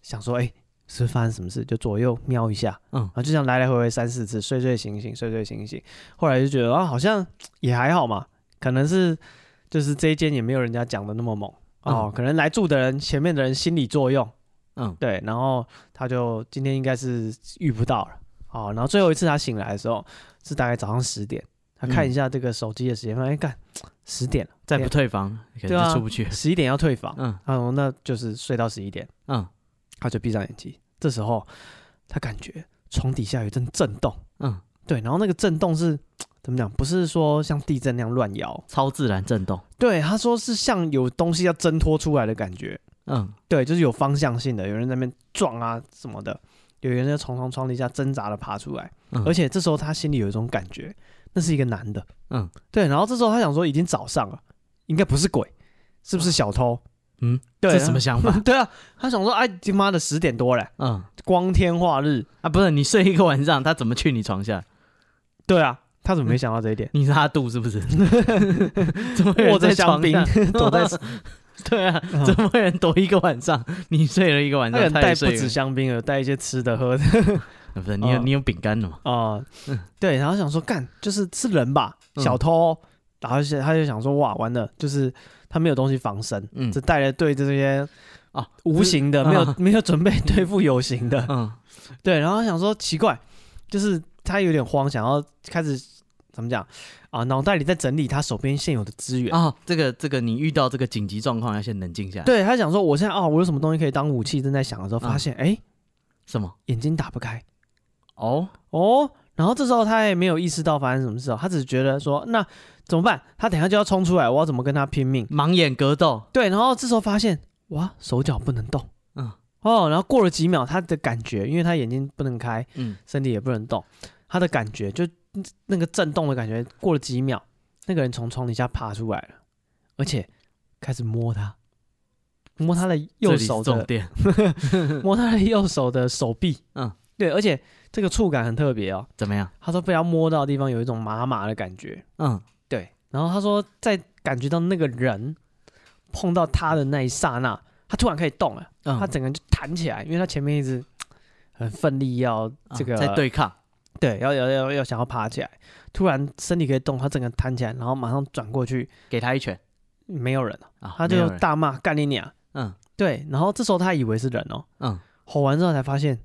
Speaker 1: 想说，哎、是发生什么事？就左右瞄一下，
Speaker 2: 嗯
Speaker 1: 然后就这样来来回回三四次，睡睡醒醒，睡睡醒醒，后来就觉得啊，好像也还好嘛，可能是就是这一间也没有人家讲的那么猛哦，可能来住的人前面的人心理作用，
Speaker 2: 嗯
Speaker 1: 对，然后他就今天应该是遇不到了，哦，然后最后一次他醒来的时候是大概早上十点，他看
Speaker 2: 嗯
Speaker 1: 一下这个手机的时间，发现哎干十点 了，
Speaker 2: 再不退房可
Speaker 1: 对
Speaker 2: 能
Speaker 1: 啊
Speaker 2: 就出不去，
Speaker 1: 十一点要退房，
Speaker 2: 嗯
Speaker 1: 然后那就是睡到十一点，
Speaker 2: 嗯
Speaker 1: 他就闭上眼睛，这时候他感觉床底下有一阵震动，
Speaker 2: 嗯，
Speaker 1: 对，然后那个震动是怎么讲？不是说像地震那样乱摇，
Speaker 2: 超自然震动，
Speaker 1: 对，他说是像有东西要挣脱出来的感觉，
Speaker 2: 嗯
Speaker 1: 对，就是有方向性的，有人在那边撞啊什么的，有人在从床床底下挣扎的爬出来，
Speaker 2: 嗯，
Speaker 1: 而且这时候他心里有一种感觉，那是一个男的，
Speaker 2: 嗯，
Speaker 1: 对，然后这时候他想说已经早上了，应该不是鬼，是不是小偷？
Speaker 2: 嗯，
Speaker 1: 对，
Speaker 2: 这什么 想法？
Speaker 1: 对啊，他想说，哎，他妈的十点多了，
Speaker 2: 嗯
Speaker 1: 光天化日，
Speaker 2: 啊，不是你睡一个晚上，他怎么去你床下？
Speaker 1: 对啊，他怎么没想到这一点？
Speaker 2: 你是他肚是 不是？怎么会有人
Speaker 1: 握着
Speaker 2: 在
Speaker 1: 香
Speaker 2: 床
Speaker 1: 槟嗯
Speaker 2: 下
Speaker 1: 躲 在，
Speaker 2: 对啊，怎么会有人躲一个晚上？你睡了一个晚
Speaker 1: 他可
Speaker 2: 上，
Speaker 1: 能
Speaker 2: 他
Speaker 1: 带
Speaker 2: 也睡
Speaker 1: 不
Speaker 2: 一个
Speaker 1: 止香槟了，带一些吃的喝的
Speaker 2: 啊不是你有
Speaker 1: 哦
Speaker 2: 你有饼干的吗？
Speaker 1: 啊、对，然后想说干就是是人吧，
Speaker 2: 嗯
Speaker 1: 小偷哦、然后就他就想说哇完了，就是他没有东西防身，
Speaker 2: 嗯
Speaker 1: 只带了对这些
Speaker 2: 哦
Speaker 1: 无形的，
Speaker 2: 不
Speaker 1: 没
Speaker 2: 是
Speaker 1: 有、
Speaker 2: 啊
Speaker 1: 没有准备对付有形的，
Speaker 2: 嗯
Speaker 1: 对，然后想说奇怪，就是他有点慌，想要开始怎么讲啊，脑袋里在整理他手边现有的资源。
Speaker 2: 哦，这个这个你遇到这个紧急状况要先冷静下来。，
Speaker 1: 对他想说，我现在啊、我有什么东西可以当武器？正在想的时候，发
Speaker 2: 嗯
Speaker 1: 现哎、诶
Speaker 2: 什么？
Speaker 1: 眼睛打不开
Speaker 2: 哦，
Speaker 1: 哦。然后这时候他也没有意识到发生什么事哦，他只是觉得说那怎么办？他等一下就要冲出来，我要怎么跟他拼命？
Speaker 2: 盲眼格斗，
Speaker 1: 对，然后这时候发现哇，手脚不能动，
Speaker 2: 嗯
Speaker 1: 哦，然后过了几秒，他的感觉，因为他眼睛不能开，
Speaker 2: 嗯
Speaker 1: 身体也不能动，哦他的感觉就那个震动的感觉，过了几秒，那个人从床底下爬出来了，而且开始摸他，摸他的
Speaker 2: 这
Speaker 1: 右
Speaker 2: 里是
Speaker 1: 手
Speaker 2: 重
Speaker 1: 的，
Speaker 2: 点。
Speaker 1: 摸他的右手的手臂，
Speaker 2: 嗯，
Speaker 1: 对，而且这个触感很特别哦，
Speaker 2: 怎么样？
Speaker 1: 他说被他摸到的地方有一种麻麻的感觉，
Speaker 2: 嗯
Speaker 1: 对，然后他说在感觉到那个人碰到他的那一刹那，他突然可以动了，
Speaker 2: 嗯，
Speaker 1: 他整个人就弹起来，因为他前面一直很奋力要
Speaker 2: 啊
Speaker 1: 这个、
Speaker 2: 在对抗，
Speaker 1: 对，要要要要想要爬起来，突然身体可以动，他整个弹起来，然后马上转过去，
Speaker 2: 给他一拳
Speaker 1: 没有人了，
Speaker 2: 啊，
Speaker 1: 他
Speaker 2: 没有
Speaker 1: 就
Speaker 2: 人
Speaker 1: 大骂干你娘。
Speaker 2: 嗯
Speaker 1: 对，然后这时候他以为是人哦，
Speaker 2: 嗯
Speaker 1: 吼完之后才发现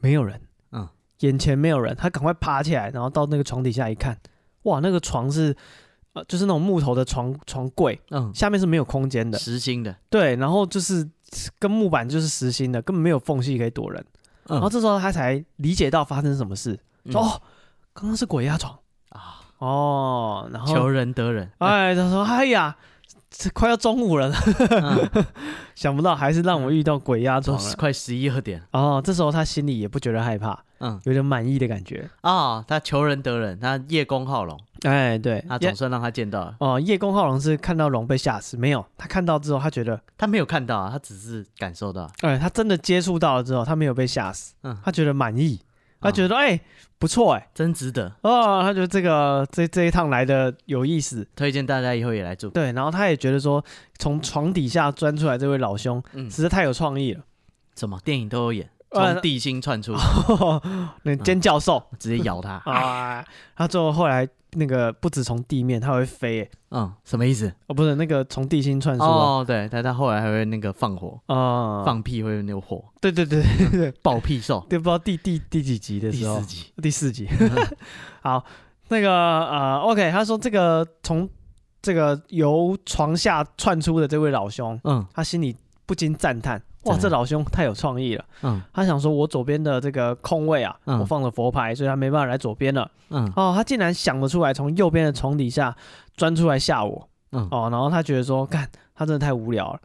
Speaker 1: 没有人，
Speaker 2: 嗯，
Speaker 1: 眼前没有人，他赶快爬起来，然后到那个床底下一看，哇，那个床是呃就是那种木头的床床柜，
Speaker 2: 嗯，
Speaker 1: 下面是没有空间的，
Speaker 2: 实心的，
Speaker 1: 对，然后就是跟木板就是实心的，根本没有缝隙可以躲人。
Speaker 2: 然
Speaker 1: 然后这时候他才理解到发生什么事，说哦，刚刚是鬼压床。
Speaker 2: 嗯啊，
Speaker 1: 哦，然
Speaker 2: 求
Speaker 1: 后
Speaker 2: 人得人，
Speaker 1: 哎，他说哎呀，这快要中午了，
Speaker 2: 嗯
Speaker 1: 想不到还是让我遇到鬼压
Speaker 2: 都
Speaker 1: 床了。
Speaker 2: 快十一二点，
Speaker 1: 哦，这时候他心里也不觉得害怕，
Speaker 2: 嗯
Speaker 1: 有点满意的感觉。
Speaker 2: 啊，他求人得人，他叶公好龙，
Speaker 1: 哎，对，
Speaker 2: 他
Speaker 1: 叶
Speaker 2: 总算让他见到了，
Speaker 1: 哦，叶公好龙是看到龙被吓死，没有，他看到之后，他觉得，
Speaker 2: 他没有看到啊，他只是感受到啊。
Speaker 1: 哎，他真的接触到了之后，他没有被吓死，
Speaker 2: 嗯
Speaker 1: 他觉得满意，他觉
Speaker 2: 得
Speaker 1: 得哎、不错哎、
Speaker 2: 真值得，
Speaker 1: 哦，他觉得这个这这一趟来的有意思，
Speaker 2: 推荐大家以后也来住。
Speaker 1: 对，然后他也觉得说，从床底下钻出来这位老兄
Speaker 2: 嗯，
Speaker 1: 实在太有创意了，
Speaker 2: 什么电影都有演，
Speaker 1: 呃
Speaker 2: 从地嗯心窜出，
Speaker 1: 哎 那尖教 授
Speaker 2: 直接 咬他。
Speaker 1: 啊，他最后后来那个不止从地面，他还会飞、哎，
Speaker 2: 嗯，什么意思？
Speaker 1: 哦，不是那个从地心窜出啊，
Speaker 2: 哦，对，但他后来还会那个放火，
Speaker 1: 啊、
Speaker 2: 放屁会有那个火，
Speaker 1: 对对对对对，
Speaker 2: 爆屁兽。
Speaker 1: 对，不知道第第第几集的
Speaker 2: 第
Speaker 1: 时候
Speaker 2: 四，集，
Speaker 1: 第四 集。好，那个呃，OK，他说这个从这个由床下窜出的这位老兄，
Speaker 2: 嗯
Speaker 1: 他心里不禁赞叹：哇，
Speaker 2: 赞
Speaker 1: 这老兄太有创意了！
Speaker 2: 嗯
Speaker 1: 他想说，我左边的这个空位啊，
Speaker 2: 嗯
Speaker 1: 我放了佛牌，所以他没办法来左边了。
Speaker 2: 嗯
Speaker 1: 哦，他竟然想得出来从右边的床底下钻出来吓我。
Speaker 2: 嗯，
Speaker 1: 哦，然后他觉得说，干，他真的太无聊了。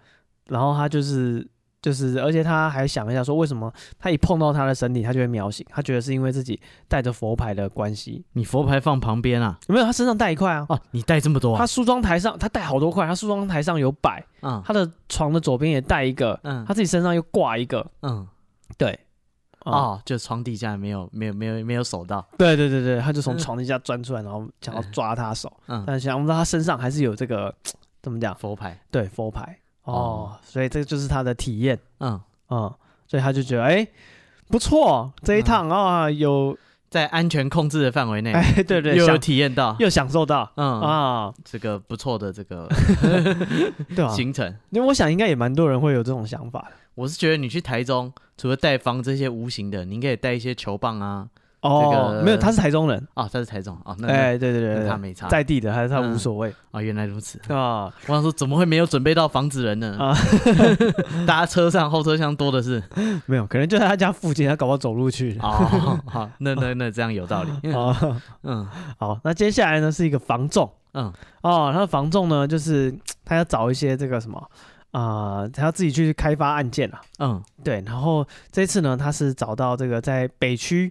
Speaker 1: 然后他就是就是，而且他还想了一下说，为什么他一碰到他的身体，他就会秒醒？他觉得是因为自己带着佛牌的关系。
Speaker 2: 你佛牌放旁边啊？
Speaker 1: 有没有？他身上带一块啊。
Speaker 2: 哦，你带这么多
Speaker 1: 他
Speaker 2: 啊？
Speaker 1: 梳妆台上，他带好多块，他梳妆台上有摆，
Speaker 2: 嗯
Speaker 1: 他的床的左边也带一个，
Speaker 2: 嗯
Speaker 1: 他自己身上又挂一个，
Speaker 2: 嗯，
Speaker 1: 对，哦，
Speaker 2: 哦，就床底下没有没有没有没有手到，
Speaker 1: 对对对对，他就从
Speaker 2: 嗯
Speaker 1: 床底下钻出来，然后想要抓他手，
Speaker 2: 嗯，
Speaker 1: 但想不到他身上还是有这个怎么讲？
Speaker 2: 佛牌，
Speaker 1: 对，佛牌哦，所以这就是他的体验。
Speaker 2: 嗯，
Speaker 1: 嗯，所以他就觉得哎、不错，这一
Speaker 2: 嗯
Speaker 1: 趟啊、有
Speaker 2: 在安全控制的范围内，
Speaker 1: 哎、对对，
Speaker 2: 又有
Speaker 1: 享
Speaker 2: 体验到，
Speaker 1: 又享受到、
Speaker 2: 嗯，
Speaker 1: 啊，
Speaker 2: 这个不错的这个
Speaker 1: 对啊，
Speaker 2: 行程，
Speaker 1: 因为我想应该也蛮多人会有这种想法的
Speaker 2: 我是觉得你去台中，除了带防这些无形的，你应该也带一些球棒啊。
Speaker 1: 哦，
Speaker 2: 这个
Speaker 1: 没有，他是台中人，
Speaker 2: 哦，他是台中哦，那
Speaker 1: 哎、
Speaker 2: 那
Speaker 1: 对对对
Speaker 2: 那
Speaker 1: 对
Speaker 2: 他没差
Speaker 1: 在地的，还是他无
Speaker 2: 嗯
Speaker 1: 所谓、
Speaker 2: 哦，原来如此。
Speaker 1: 啊，
Speaker 2: 我想说，怎么会没有准备到防止人呢？
Speaker 1: 啊
Speaker 2: 大家车上后车厢多 的是。
Speaker 1: 没有，可能就在他家附近，他搞不好走路去。
Speaker 2: 哦，好，那那那这样 有道理。
Speaker 1: 哦，
Speaker 2: 嗯
Speaker 1: 好，那接下来呢是一个防重
Speaker 2: 嗯
Speaker 1: 哦，他的防重呢就是他要找一些这个什么啊、他要自己去开发案件啊，
Speaker 2: 嗯
Speaker 1: 对，然后这次呢，他是找到这个在北区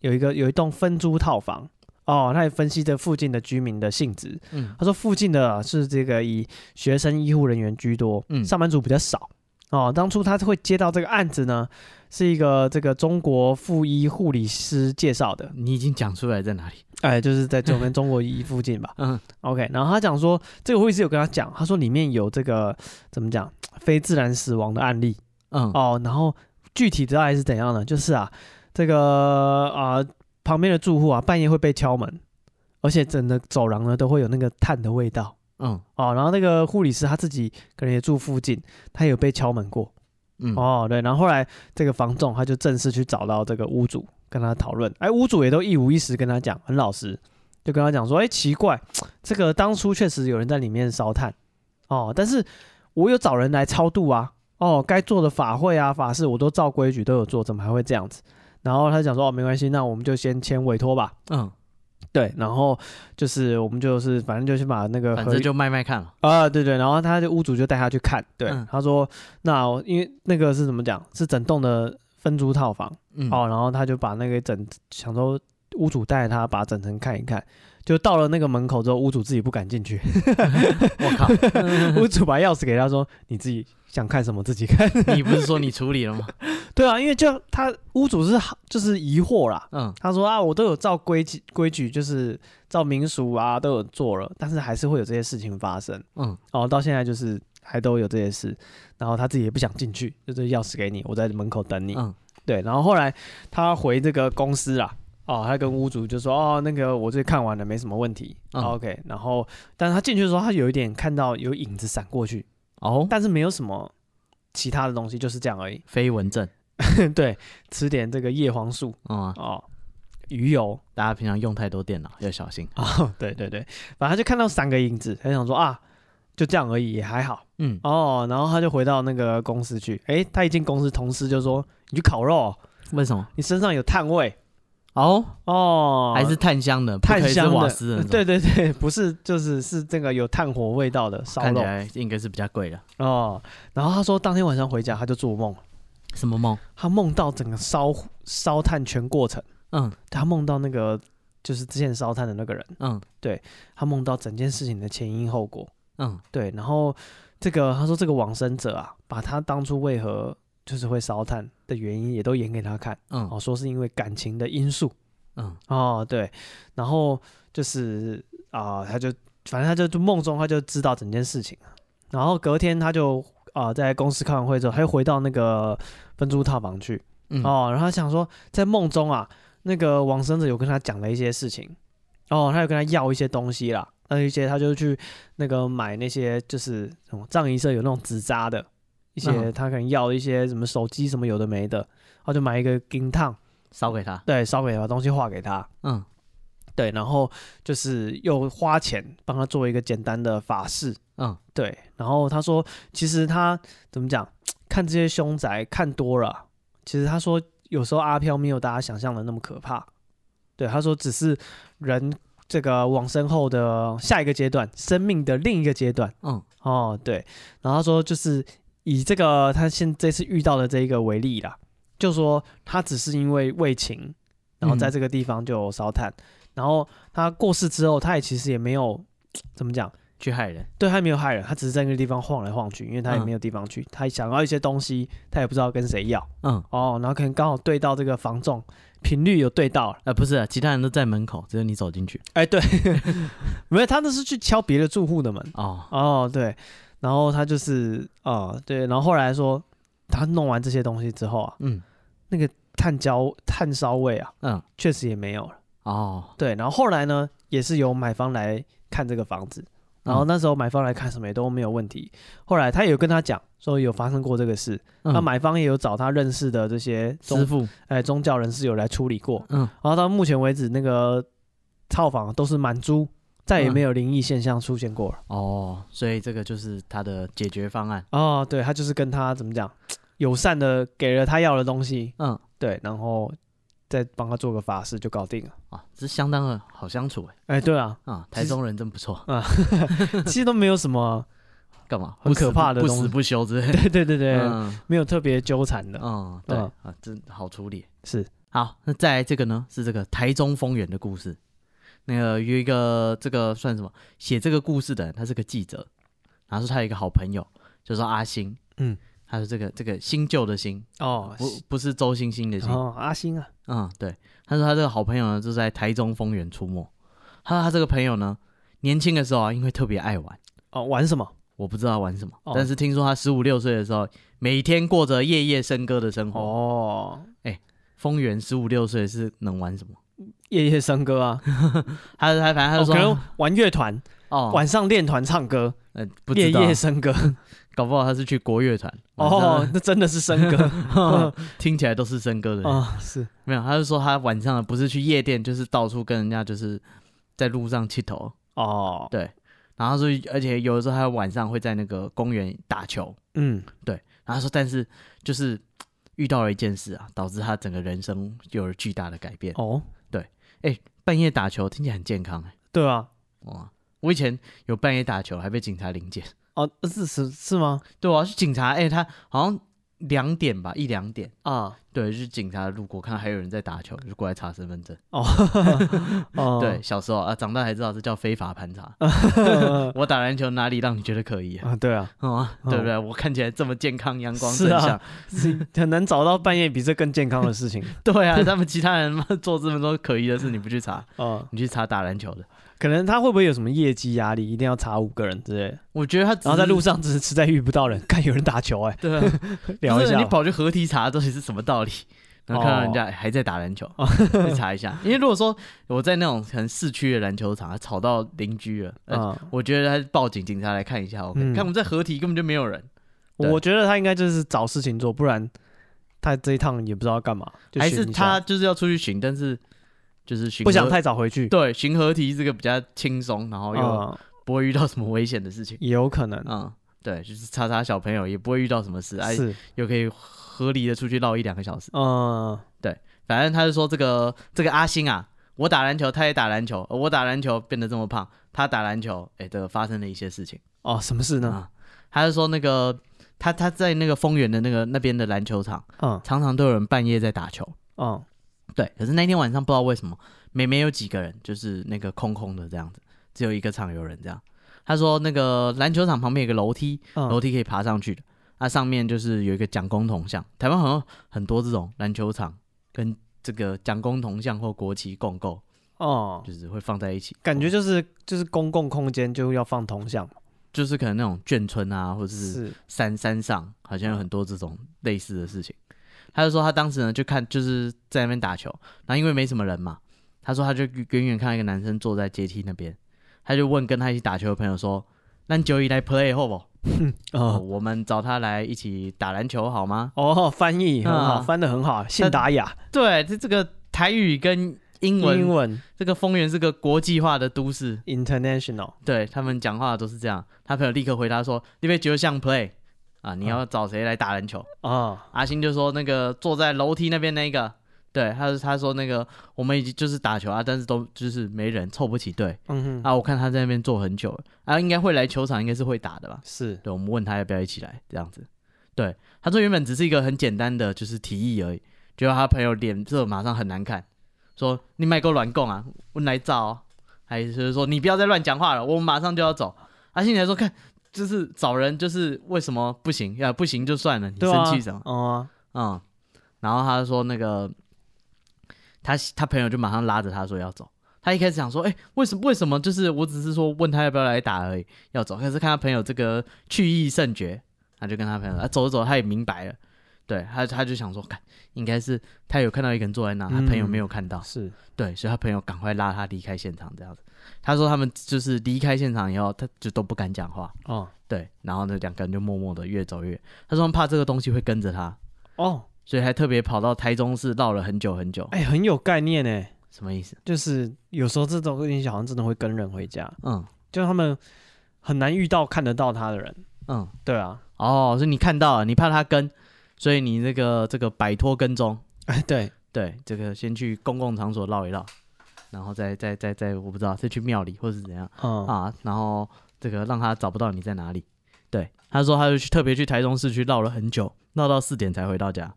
Speaker 1: 有一个有一栋分租套房哦，他也分析这附近的居民的性质。
Speaker 2: 嗯
Speaker 1: 他说附近的啊是这个以学生医护人员居多，
Speaker 2: 嗯
Speaker 1: 上班族比较少。哦，当初他会接到这个案子呢，是一个这个中国附医护理师介绍的，
Speaker 2: 你已经讲出来在哪里？
Speaker 1: 哎，就是在我们中国医附近吧。
Speaker 2: 嗯
Speaker 1: OK，然后他讲说，这个护理师有跟他讲，他说里面有这个怎么讲非自然死亡的案例，
Speaker 2: 嗯
Speaker 1: 哦，然后具体的大概是怎样呢？就是啊，这个啊、旁边的住户啊，半夜会被敲门，而且整个走廊呢都会有那个炭的味道
Speaker 2: 嗯
Speaker 1: 哦。然后那个护理师他自己可能也住附近，他也有被敲门过、
Speaker 2: 嗯
Speaker 1: 哦。对，然后后来这个房仲他就正式去找到这个屋主跟他讨论，哎，屋主也都一五一十跟他讲，很老实，就跟他讲说，哎，奇怪，这个当初确实有人在里面烧炭哦，但是我有找人来超度啊，哦，该做的法会啊、法事我都照规矩都有做，怎么还会这样子？然后他就讲说，哦，没关系，那我们就先签委托吧。
Speaker 2: 嗯，
Speaker 1: 对，然后就是我们就是反正就先把那个
Speaker 2: 反
Speaker 1: 合
Speaker 2: 正
Speaker 1: 约
Speaker 2: 就卖卖看了。
Speaker 1: 啊、对对，然后他就屋主就带他去看，对，
Speaker 2: 嗯
Speaker 1: 他说那我因为那个是怎么讲，是整栋的分租套房、
Speaker 2: 嗯
Speaker 1: 哦，然后他就把那个整想说屋主带他把整层看一看，就到了那个门口之后，屋主自己不敢进去，
Speaker 2: 我靠，
Speaker 1: 屋主把钥匙给他说你自己想看什么自己看，
Speaker 2: 你不是说你处理了吗？
Speaker 1: 对啊，因为就他屋主是好就是疑惑啦，
Speaker 2: 嗯
Speaker 1: 他说啊，我都有照规矩规矩，就是照民俗啊都有做了，但是还是会有这些事情发生。
Speaker 2: 嗯
Speaker 1: 哦，到现在就是还都有这些事，然后他自己也不想进去，就是钥匙给你，我在门口等你。
Speaker 2: 嗯
Speaker 1: 对，然后后来他回这个公司啦，哦，他跟屋主就说，哦，那个我这看完了，没什么问题、
Speaker 2: 嗯
Speaker 1: o k 然后，但是他进去的时候，他有一点看到有影子闪过去，
Speaker 2: 哦，
Speaker 1: 但是没有什么其他的东西，就是这样而已。
Speaker 2: 飞蚊症
Speaker 1: 对，吃点这个叶黄素
Speaker 2: 嗯啊，
Speaker 1: 哦，鱼油
Speaker 2: 大家平常用太多电脑要小心。
Speaker 1: 哦，对对对，反正他就看到三个影子，他想说啊，就这样而已，也还好。
Speaker 2: 嗯，
Speaker 1: 哦，然后他就回到那个公司去。诶，他一进公司，同事就说：“你去烤肉，
Speaker 2: 为什么？
Speaker 1: 你身上有炭味
Speaker 2: 哦，
Speaker 1: 哦，
Speaker 2: 还是炭香的，不可
Speaker 1: 炭
Speaker 2: 以是
Speaker 1: 香的
Speaker 2: 瓦斯的那种。
Speaker 1: 对对对，不是，就是是这个有炭火味道的烧
Speaker 2: 看起
Speaker 1: 肉
Speaker 2: 来应该是比较贵的。
Speaker 1: 哦。”然后他说，当天晚上回家，他就做梦，
Speaker 2: 什么梦？
Speaker 1: 他梦到整个烧烧炭全过程，
Speaker 2: 嗯
Speaker 1: 他梦到那个就是之前烧炭的那个人，
Speaker 2: 嗯
Speaker 1: 他梦到整件事情的前因后果。
Speaker 2: 嗯
Speaker 1: 对，然后这个他说这个往生者啊，把他当初为何就是会烧炭的原因也都演给他看，
Speaker 2: 嗯
Speaker 1: 哦，说是因为感情的因素。
Speaker 2: 嗯
Speaker 1: 哦，对，然后就是啊、他就反正他就就梦中他就知道整件事情了然后隔天他就啊、在公司开完会之后，他又回到那个分租套房去、
Speaker 2: 嗯，
Speaker 1: 哦，然后他想说在梦中啊，那个往生者有跟他讲了一些事情，哦，他有跟他要一些东西啦，那一些他就去那个买那些就是什么葬仪社有那种纸扎的。一些
Speaker 2: 嗯
Speaker 1: 他可能要一些什么手机什么有的没的，他就买一个金烫，
Speaker 2: 烧给他，
Speaker 1: 对，烧给把东西画给他，
Speaker 2: 嗯
Speaker 1: 对，然后就是又花钱帮他做一个简单的法事，
Speaker 2: 嗯
Speaker 1: 对，然后他说，其实他怎么讲，看这些凶宅看多了啊，其实他说有时候阿飘没有大家想象的那么可怕，对，他说只是人这个往生后的下一个阶段，生命的另一个阶段，
Speaker 2: 嗯
Speaker 1: 哦，对，然后他说就是以这个他现这次遇到的这一个为例啦，就说他只是因为为情，然后在
Speaker 2: 嗯
Speaker 1: 这个地方就烧炭，然后他过世之后，他也其实也没有怎么讲，
Speaker 2: 去害人，
Speaker 1: 对他也没有害人，他只是在那个地方晃来晃去，因为他也
Speaker 2: 嗯
Speaker 1: 没有地方去，他想要一些东西，他也不知道跟谁要
Speaker 2: 嗯
Speaker 1: 哦，然后可能刚好对到这个房仲频率有对到了，
Speaker 2: 呃不是，其他人都在门口，只有你走进去，
Speaker 1: 哎，对，没有，他那是去敲别的住户的门。
Speaker 2: 哦，
Speaker 1: 哦，对，然后他就是啊、呃对，然后后来说他弄完这些东西之后啊，
Speaker 2: 嗯
Speaker 1: 炭焦炭烧味啊，
Speaker 2: 嗯，
Speaker 1: 确实也没有了。
Speaker 2: 哦，
Speaker 1: 对，然后后来呢，也是由买方来看这个房子，然后
Speaker 2: 嗯
Speaker 1: 那时候买方来看什么也都没有问题。后来他也有跟他讲说有发生过这个事，那
Speaker 2: 嗯
Speaker 1: 买方也有找他认识的这些
Speaker 2: 师
Speaker 1: 宗
Speaker 2: 傅，
Speaker 1: 哎宗教人士有来处理过，
Speaker 2: 嗯
Speaker 1: 然后到目前为止那个套房都是满租，再也
Speaker 2: 嗯
Speaker 1: 没有灵异现象出现过了。
Speaker 2: 哦，所以这个就是他的解决方案，
Speaker 1: 哦，对他就是跟他怎么讲，友善的给了他要的东西，
Speaker 2: 嗯
Speaker 1: 对，然后再帮他做个法事就搞定了。
Speaker 2: 啊，这相当的好相处哎，
Speaker 1: 哎，对啊，
Speaker 2: 啊，台中人真不错，
Speaker 1: 其实都没有什么，
Speaker 2: 干嘛？
Speaker 1: 很
Speaker 2: 不死
Speaker 1: 可怕
Speaker 2: 不
Speaker 1: 的
Speaker 2: 不
Speaker 1: 东
Speaker 2: 死
Speaker 1: 西
Speaker 2: 不休之类的，
Speaker 1: 对对对对，
Speaker 2: 嗯
Speaker 1: 没有特别纠缠的，
Speaker 2: 嗯，对
Speaker 1: 嗯
Speaker 2: 啊，真好处理。
Speaker 1: 是
Speaker 2: 好，那再来这个呢，是这个台中丰原的故事。那个有一个这个算什么？写这个故事的人，他是个记者，然后说他有一个好朋友，就说阿星，
Speaker 1: 嗯，
Speaker 2: 他说这个这个新旧的新，
Speaker 1: 哦
Speaker 2: 不不是周星星的星，
Speaker 1: 哦，阿星啊，
Speaker 2: 嗯，对。他说他这个好朋友呢，就在台中丰原出没。他说他这个朋友呢，年轻的时候啊，因为特别爱玩，
Speaker 1: 哦，玩什么？
Speaker 2: 我不知道玩什么，
Speaker 1: 哦
Speaker 2: 但是听说他十五六岁的时候，每天过着夜夜笙歌的生活。
Speaker 1: 哦，
Speaker 2: 丰原十五六岁是能玩什么？
Speaker 1: 夜夜笙歌啊，
Speaker 2: 他他反正他就
Speaker 1: 哦，
Speaker 2: 说
Speaker 1: 可能玩乐团，
Speaker 2: 哦，
Speaker 1: 晚上练团唱歌，
Speaker 2: 呃不
Speaker 1: 夜
Speaker 2: 知道
Speaker 1: 夜笙歌，
Speaker 2: 搞不好他是去国乐团
Speaker 1: 哦，那真的是笙歌
Speaker 2: 哦， 听起来都是笙歌的人。
Speaker 1: 啊，是
Speaker 2: 没有，他就说他晚上不是去夜店，就是到处跟人家就是在路上气头，
Speaker 1: 哦，
Speaker 2: 对。然后他说，而且有的时候他晚上会在那个公园打球。
Speaker 1: 嗯，
Speaker 2: 然后他说，但是就是遇到了一件事啊，导致他整个人生有了巨大的改变。
Speaker 1: 哦，
Speaker 2: 半夜打球听起来很健康哎、
Speaker 1: 对啊，
Speaker 2: 哇！我以前有半夜打球，还被警察临检。
Speaker 1: 哦，是是是吗？
Speaker 2: 对啊，是警察哎、他好像两点吧，一两点。
Speaker 1: 啊，
Speaker 2: 对，就是警察路过，看到还有人在打球，就过来查身份证。
Speaker 1: 哦，哦嗯
Speaker 2: 对，，小时候啊，长大才知道这叫非法盘查。我打篮球哪里让你觉得可疑 啊？
Speaker 1: 啊，对 啊，
Speaker 2: 嗯啊对不对？我看起来这么健康、阳光
Speaker 1: 是
Speaker 2: 正
Speaker 1: 啊
Speaker 2: 向，
Speaker 1: 是很难找到半夜比这更健康的事 情
Speaker 2: 对啊，他们其他人妈做这么多可疑的事，你不去查，
Speaker 1: 啊、
Speaker 2: 你去查打篮球的，
Speaker 1: 可能他会不会有什么业绩压力，一定要查五个人之类的，
Speaker 2: 我觉得他只是
Speaker 1: 然后在路上只是实在遇不到人， 看有人打球、哎，
Speaker 2: 对啊，
Speaker 1: 聊
Speaker 2: 不
Speaker 1: 一
Speaker 2: 是
Speaker 1: 下 哦
Speaker 2: 你
Speaker 1: 吧。
Speaker 2: 跑去合体查到底是什么 道理？然后看到人家哎还在打篮球，去查一下。因为如果说我在那种可能市区的篮球场，吵到邻居了，呃
Speaker 1: 啊、
Speaker 2: 我觉得他报警，警察来看一下，OK？、
Speaker 1: 嗯
Speaker 2: 看我们在合体根本就没有人，对
Speaker 1: 我觉得他应该就是找事情做，不然他这一趟也不知道要干嘛，就
Speaker 2: 还
Speaker 1: 寻
Speaker 2: 是
Speaker 1: 一
Speaker 2: 他
Speaker 1: 下
Speaker 2: 就是要出去巡，但是就是巡
Speaker 1: 不想
Speaker 2: 合
Speaker 1: 太早回去，
Speaker 2: 对巡合体这个比较轻松，然后又
Speaker 1: 啊
Speaker 2: 不会遇到什么危险的事情。
Speaker 1: 也有可能、
Speaker 2: 嗯，对，就是查查小朋友也不会遇到什么事，哎，
Speaker 1: 是，
Speaker 2: 又可以合理的出去绕一两个小时。
Speaker 1: 嗯，
Speaker 2: 反正他就说这个这个阿星啊，我打篮球，他也打篮球，呃我打篮球变得这么胖，他打篮球，哎、这个发生了一些事情
Speaker 1: 哦，什么事呢？
Speaker 2: 啊。他就说那个他他在那个丰原的那个那边的篮球场，
Speaker 1: 嗯
Speaker 2: 常常都有人半夜在打球，
Speaker 1: 嗯，
Speaker 2: 对。可是那天晚上不知道为什么没没有几个人，就是那个空空的这样子，只有一个场有人这样。他说那个篮球场旁边有个楼梯，
Speaker 1: 嗯，
Speaker 2: 楼梯可以爬上去的，那、上面就是有一个蒋公铜像，台湾好像很多这种篮球场跟这个蒋公铜像或国旗共构，
Speaker 1: 哦，
Speaker 2: 就是会放在一起，
Speaker 1: 感觉就是就是公共空间就要放铜像嘛，
Speaker 2: 就是可能那种眷村啊，或者是
Speaker 1: 是
Speaker 2: 山山上，好
Speaker 1: 嗯
Speaker 2: 像有很多这种类似的事情。他就说他当时呢就看就是在那边打球，然后因为没什么人嘛，他说他就远远看到一个男生坐在阶梯那边，他就问跟他一起打球的朋友说：“那久以来 play 好不好？哦
Speaker 1: 哦
Speaker 2: 我们找他来一起打篮球好吗
Speaker 1: 哦，翻译很好，
Speaker 2: 嗯
Speaker 1: 翻的很好，信达雅？”
Speaker 2: 对，这这个台语跟英文，
Speaker 1: 英文
Speaker 2: 这个丰原是个国际化的都市，
Speaker 1: international，
Speaker 2: 对他们讲话都是这样。他朋友立刻回答说：“你被就像 play 啊，
Speaker 1: 嗯
Speaker 2: 你要找谁来打篮球？”
Speaker 1: 啊
Speaker 2: 阿星就说那个坐在楼梯那边那个，对，他他说那个我们已经就是打球啊，但是都就是没人凑不齐队
Speaker 1: 嗯哼，
Speaker 2: 啊。我看他在那边坐很久了啊，应该会来球场，应该是会打的吧？
Speaker 1: 是
Speaker 2: 对，我们问他要不要一起来这样子。对，他说原本只是一个很简单的就是提议而已，结果他朋友脸色马上很难看，说你卖给我软供啊，我来造、哦，还是说你不要再乱讲话了，我们马上就要走。阿星来说看。就是找人，就是为什么不行？啊呀、不行就算了，你
Speaker 1: 对啊
Speaker 2: 生气什么？
Speaker 1: 哦啊，
Speaker 2: 嗯，然后他说那个他他朋友就马上拉着他说要走。他一开始想说，哎、为什么为什么？就是我只是说问他要不要来打而已，要走。可是看他朋友这个去意甚绝，他就跟他朋友说啊走着走，他也明白了。对他他就想说，看应该是他有看到一个人坐在那，他朋友没有看到，
Speaker 1: 是
Speaker 2: 对，所以他朋友赶快拉他离开现场这样子。他说他们就是离开现场以后，他就都不敢讲话，
Speaker 1: 哦
Speaker 2: 对，然后呢两个人就默默的越走越，他说他们怕这个东西会跟着他，
Speaker 1: 哦，
Speaker 2: 所以还特别跑到台中市绕了很久很久。
Speaker 1: 哎，很有概念呢，
Speaker 2: 什么意思？
Speaker 1: 就是有时候这种东西好像真的会跟人回家，
Speaker 2: 嗯
Speaker 1: 就他们很难遇到看得到他的人，
Speaker 2: 嗯，
Speaker 1: 对啊，
Speaker 2: 哦，所以你看到了，你怕他跟，所以你这个这个摆脱跟踪，
Speaker 1: 哎对，
Speaker 2: 对，这个先去公共场所绕一绕，然后再再再再，我不知道，再去庙里或是怎样
Speaker 1: 嗯
Speaker 2: 啊，然后这个让他找不到你在哪里。对，他说他就去特别去台中市区绕了很久，绕到四点才回到家。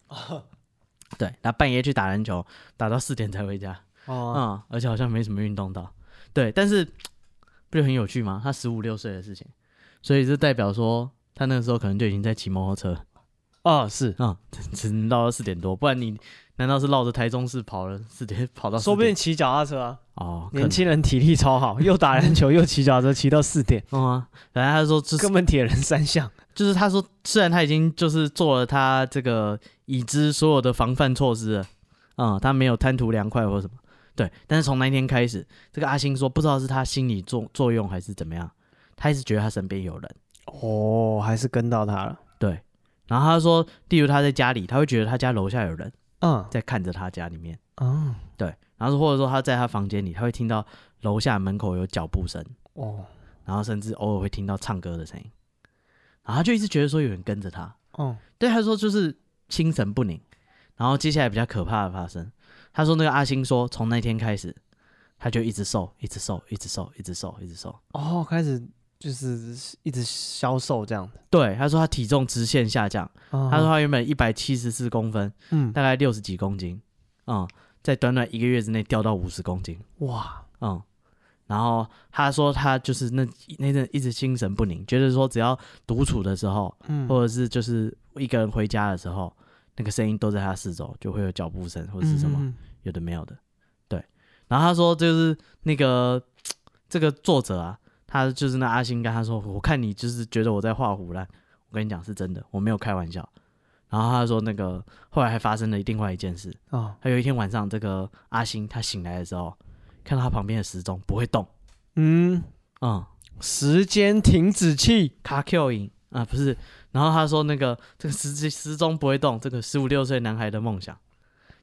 Speaker 2: 对，他半夜去打篮球，打到四点才回家。
Speaker 1: 哦
Speaker 2: 嗯，而且好像没什么运动到。对，但是不就很有趣吗？他十五六岁的事情，所以这代表说他那个时候可能就已经在骑摩托车
Speaker 1: 哦是，
Speaker 2: 啊，只能绕到四点多，不然你难道是绕着台中市跑了四点跑到4点？
Speaker 1: 说不定骑脚踏车啊，
Speaker 2: 哦，
Speaker 1: 年轻人体力超 好，又打篮球又骑脚踏车，骑到四点，
Speaker 2: 可能嗯啊，然后他说就是
Speaker 1: 根本铁人三项。
Speaker 2: 就是他说，虽然他已经就是做了他这个已知所有的防范措施了，嗯，他没有贪图凉快或什么，对。但是从那一天开始，这个阿星说，不知道是他心理作作用还是怎么样，他一直觉得他身边有人，
Speaker 1: 哦，还是跟到他了。
Speaker 2: 对。然后他说，例如他在家里，他会觉得他家楼下有人
Speaker 1: 嗯
Speaker 2: 在看着他家里面，
Speaker 1: 嗯
Speaker 2: 对。然后或者说他在他房间里，他会听到楼下门口有脚步声，
Speaker 1: 哦
Speaker 2: 然后甚至偶尔会听到唱歌的声音，然后他就一直觉得说有人跟着他，
Speaker 1: 哦
Speaker 2: 对他说就是心神不宁。然后接下来比较可怕的发生，他说那个阿星说，从那天开始，他就一直瘦，一直瘦，一直瘦，一直瘦，一直瘦。
Speaker 1: 哦，开始就是一直消瘦这样子。
Speaker 2: 对，他说他体重直线下降，
Speaker 1: 他
Speaker 2: 他说他原本一百七十四公分，
Speaker 1: 啊嗯
Speaker 2: 大概六十几公斤，嗯，在短短一个月之内掉到五十公斤，
Speaker 1: 哇
Speaker 2: 嗯。然后他说他就是那那阵一直心神不宁，觉得说只要独处的时候，
Speaker 1: 嗯
Speaker 2: 或者是就是一个人回家的时候，那个声音都在他四周，就会有脚步声或者是什么。
Speaker 1: 嗯
Speaker 2: 有的没有的，对。然后他说就是那个这个作者啊，他就是那阿星跟他说，我看你就是觉得我在画胡乱，我跟你讲是真的，我没有开玩笑。然后他说那个后来还发生了另外一件事，
Speaker 1: 嗯哦
Speaker 2: 他有一天晚上，这个阿星他醒来的时候，看到他旁边的时钟不会动，
Speaker 1: 嗯，
Speaker 2: 嗯，
Speaker 1: 时间停止器
Speaker 2: 卡 Q 影啊不是。然后他说那个这个时时钟不会动，这个十五六岁男孩的梦想。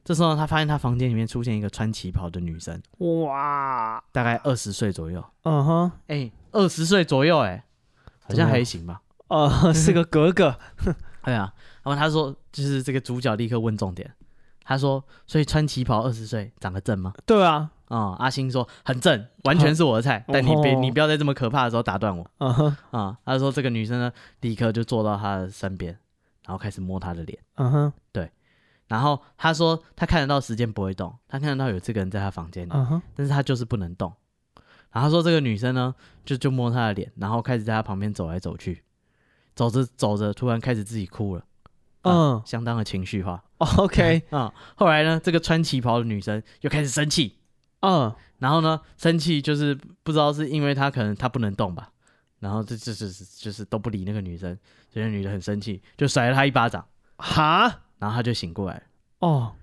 Speaker 2: 这时候呢他发现他房间里面出现一个穿旗袍的女生，
Speaker 1: 哇，
Speaker 2: 大概二十岁左右。
Speaker 1: 嗯哼，
Speaker 2: 哎，二十岁左右、哎，好像还行吧。
Speaker 1: 呃，是个格格，
Speaker 2: 对啊，然后他说，就是这个主角立刻问重点，他说，所以穿旗袍二十岁长得正吗？
Speaker 1: 对啊，
Speaker 2: 啊、阿星说很正，完全是我的 菜，但你别
Speaker 1: 哦
Speaker 2: 你不要在这么可怕的时候打断我
Speaker 1: 嗯哼，
Speaker 2: 啊、他说这个女生呢，立刻就坐到他的身边，然后开始摸他的脸，
Speaker 1: 嗯哼，
Speaker 2: 然后他说他看得到时间不会动，他看得到有这个人在他房间里，
Speaker 1: 嗯哼，
Speaker 2: 但是他就是不能动。然后他说这个女生呢，就就摸他的脸，然后开始在他旁边走来走去，走着走着突然开始自己哭了，
Speaker 1: 嗯
Speaker 2: 相当的情绪化。
Speaker 1: 哦，OK，
Speaker 2: 啊、后来呢，这个穿旗袍的女生又开始生气，
Speaker 1: 嗯，
Speaker 2: 然后呢，生气就是不知道是因为他可能他不能动吧，然后这这这是就是都不理那个女生，所以那女的很生气，就甩了他一巴掌，
Speaker 1: 哈，
Speaker 2: 然后他就醒过来了，
Speaker 1: 哦，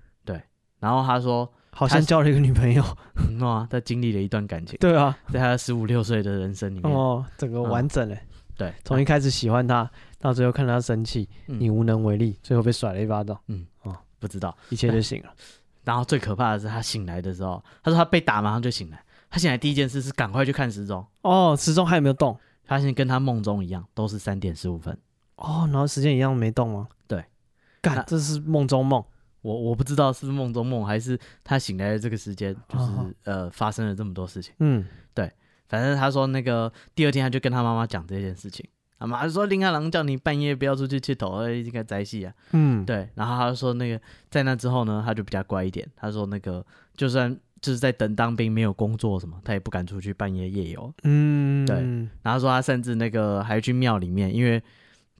Speaker 2: 然后他说，
Speaker 1: 好像交了一个女朋 友，
Speaker 2: 嗯哇，他经历了一段感情，
Speaker 1: 对啊，
Speaker 2: 在他十五六岁的人生里面，
Speaker 1: 哦，整个完整嘞，
Speaker 2: 对，
Speaker 1: 从一开始喜欢他，到最后看他生气，
Speaker 2: 嗯
Speaker 1: 你无能为力，最后被甩了一巴掌，
Speaker 2: 不知道。
Speaker 1: 一切就醒了，
Speaker 2: 然后最可怕的是他醒来的时候，他说他被打马上就醒来，他醒来第一件事是赶快去看时钟，
Speaker 1: 哦，时钟还有没有动？
Speaker 2: 发现跟他梦中一样，都是三点十五分。
Speaker 1: 哦，然后时间一样没动吗？
Speaker 2: 对，
Speaker 1: 干
Speaker 2: 那，
Speaker 1: 这是梦中梦，
Speaker 2: 我我不知道是不是梦中梦，还是他醒来的这个时间，就是、呃发生了这么多事情。
Speaker 1: 嗯，
Speaker 2: 反正他说那个第二天他就跟他妈妈讲这件事情，他妈就说林海郎叫你半夜不要出去剃头，应该宅戏啊。
Speaker 1: 嗯，
Speaker 2: 对，然后他就说那个在那之后呢，他就比较乖一点。他说那个就算就是在等当兵没有工作什么，他也不敢出去半夜夜游。
Speaker 1: 嗯，
Speaker 2: 对，然后他说他甚至那个还去庙里面，因为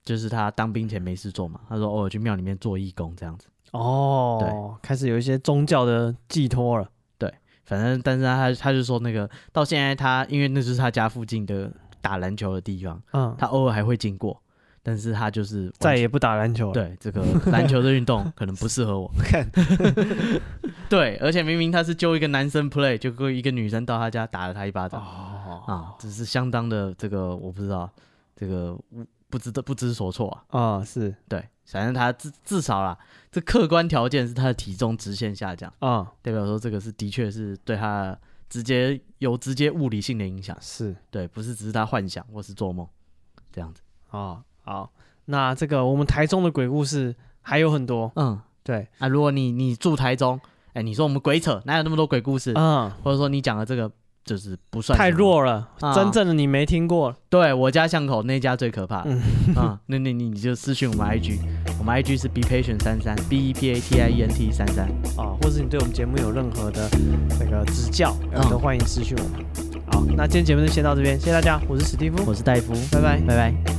Speaker 2: 就是他当兵前没事做嘛，他说偶尔去庙里面做义工这样子。
Speaker 1: 哦，开始有一些宗教的寄托了，
Speaker 2: 反正但是他他就说那个到现在他因为那就是他家附近的打篮球的地方，
Speaker 1: 嗯，
Speaker 2: 他偶尔还会经过，但是他就是完
Speaker 1: 再
Speaker 2: 全
Speaker 1: 也不打篮球了，，
Speaker 2: 对 这个篮球的运动可能不适 合我。对，而且明明他是就一个男生 play，就跟一个女生到他家打了他一巴掌啊、
Speaker 1: 哦，
Speaker 2: 只是相当的这个我不知道，这个无不知道不知所措啊。
Speaker 1: 啊，是，
Speaker 2: 对，反正他至至少啦，这客观条件是他的体重直线下降，
Speaker 1: 啊，
Speaker 2: 代表说这个是的确是对他直接有直接物理性的影响，
Speaker 1: 是，
Speaker 2: 对，不是只是他幻想或是做梦这样子。
Speaker 1: 啊，好，那这个我们台中的鬼故事还有很多，
Speaker 2: 嗯，
Speaker 1: 对，
Speaker 2: 啊，如果你你住台中，哎、你说我们鬼扯，哪有那么多鬼故事？
Speaker 1: 嗯，
Speaker 2: 或者说你讲的这个就是不算
Speaker 1: 太
Speaker 2: 什么，
Speaker 1: 弱了，
Speaker 2: 啊
Speaker 1: 真正的你没听过，
Speaker 2: 对我家巷口那家最可怕。
Speaker 1: 嗯
Speaker 2: 嗯，啊、那那你你就私讯我们 IG，我们 IG 是 be patient 三三 b e p a t i e n t 三三。
Speaker 1: 啊，或是你对我们节目有任何的那个指教，
Speaker 2: 嗯
Speaker 1: 都欢迎私讯我们。好，那今天节目就先到这边，谢谢大家，我是史蒂夫，
Speaker 2: 我是戴夫，
Speaker 1: 拜拜。
Speaker 2: 拜拜。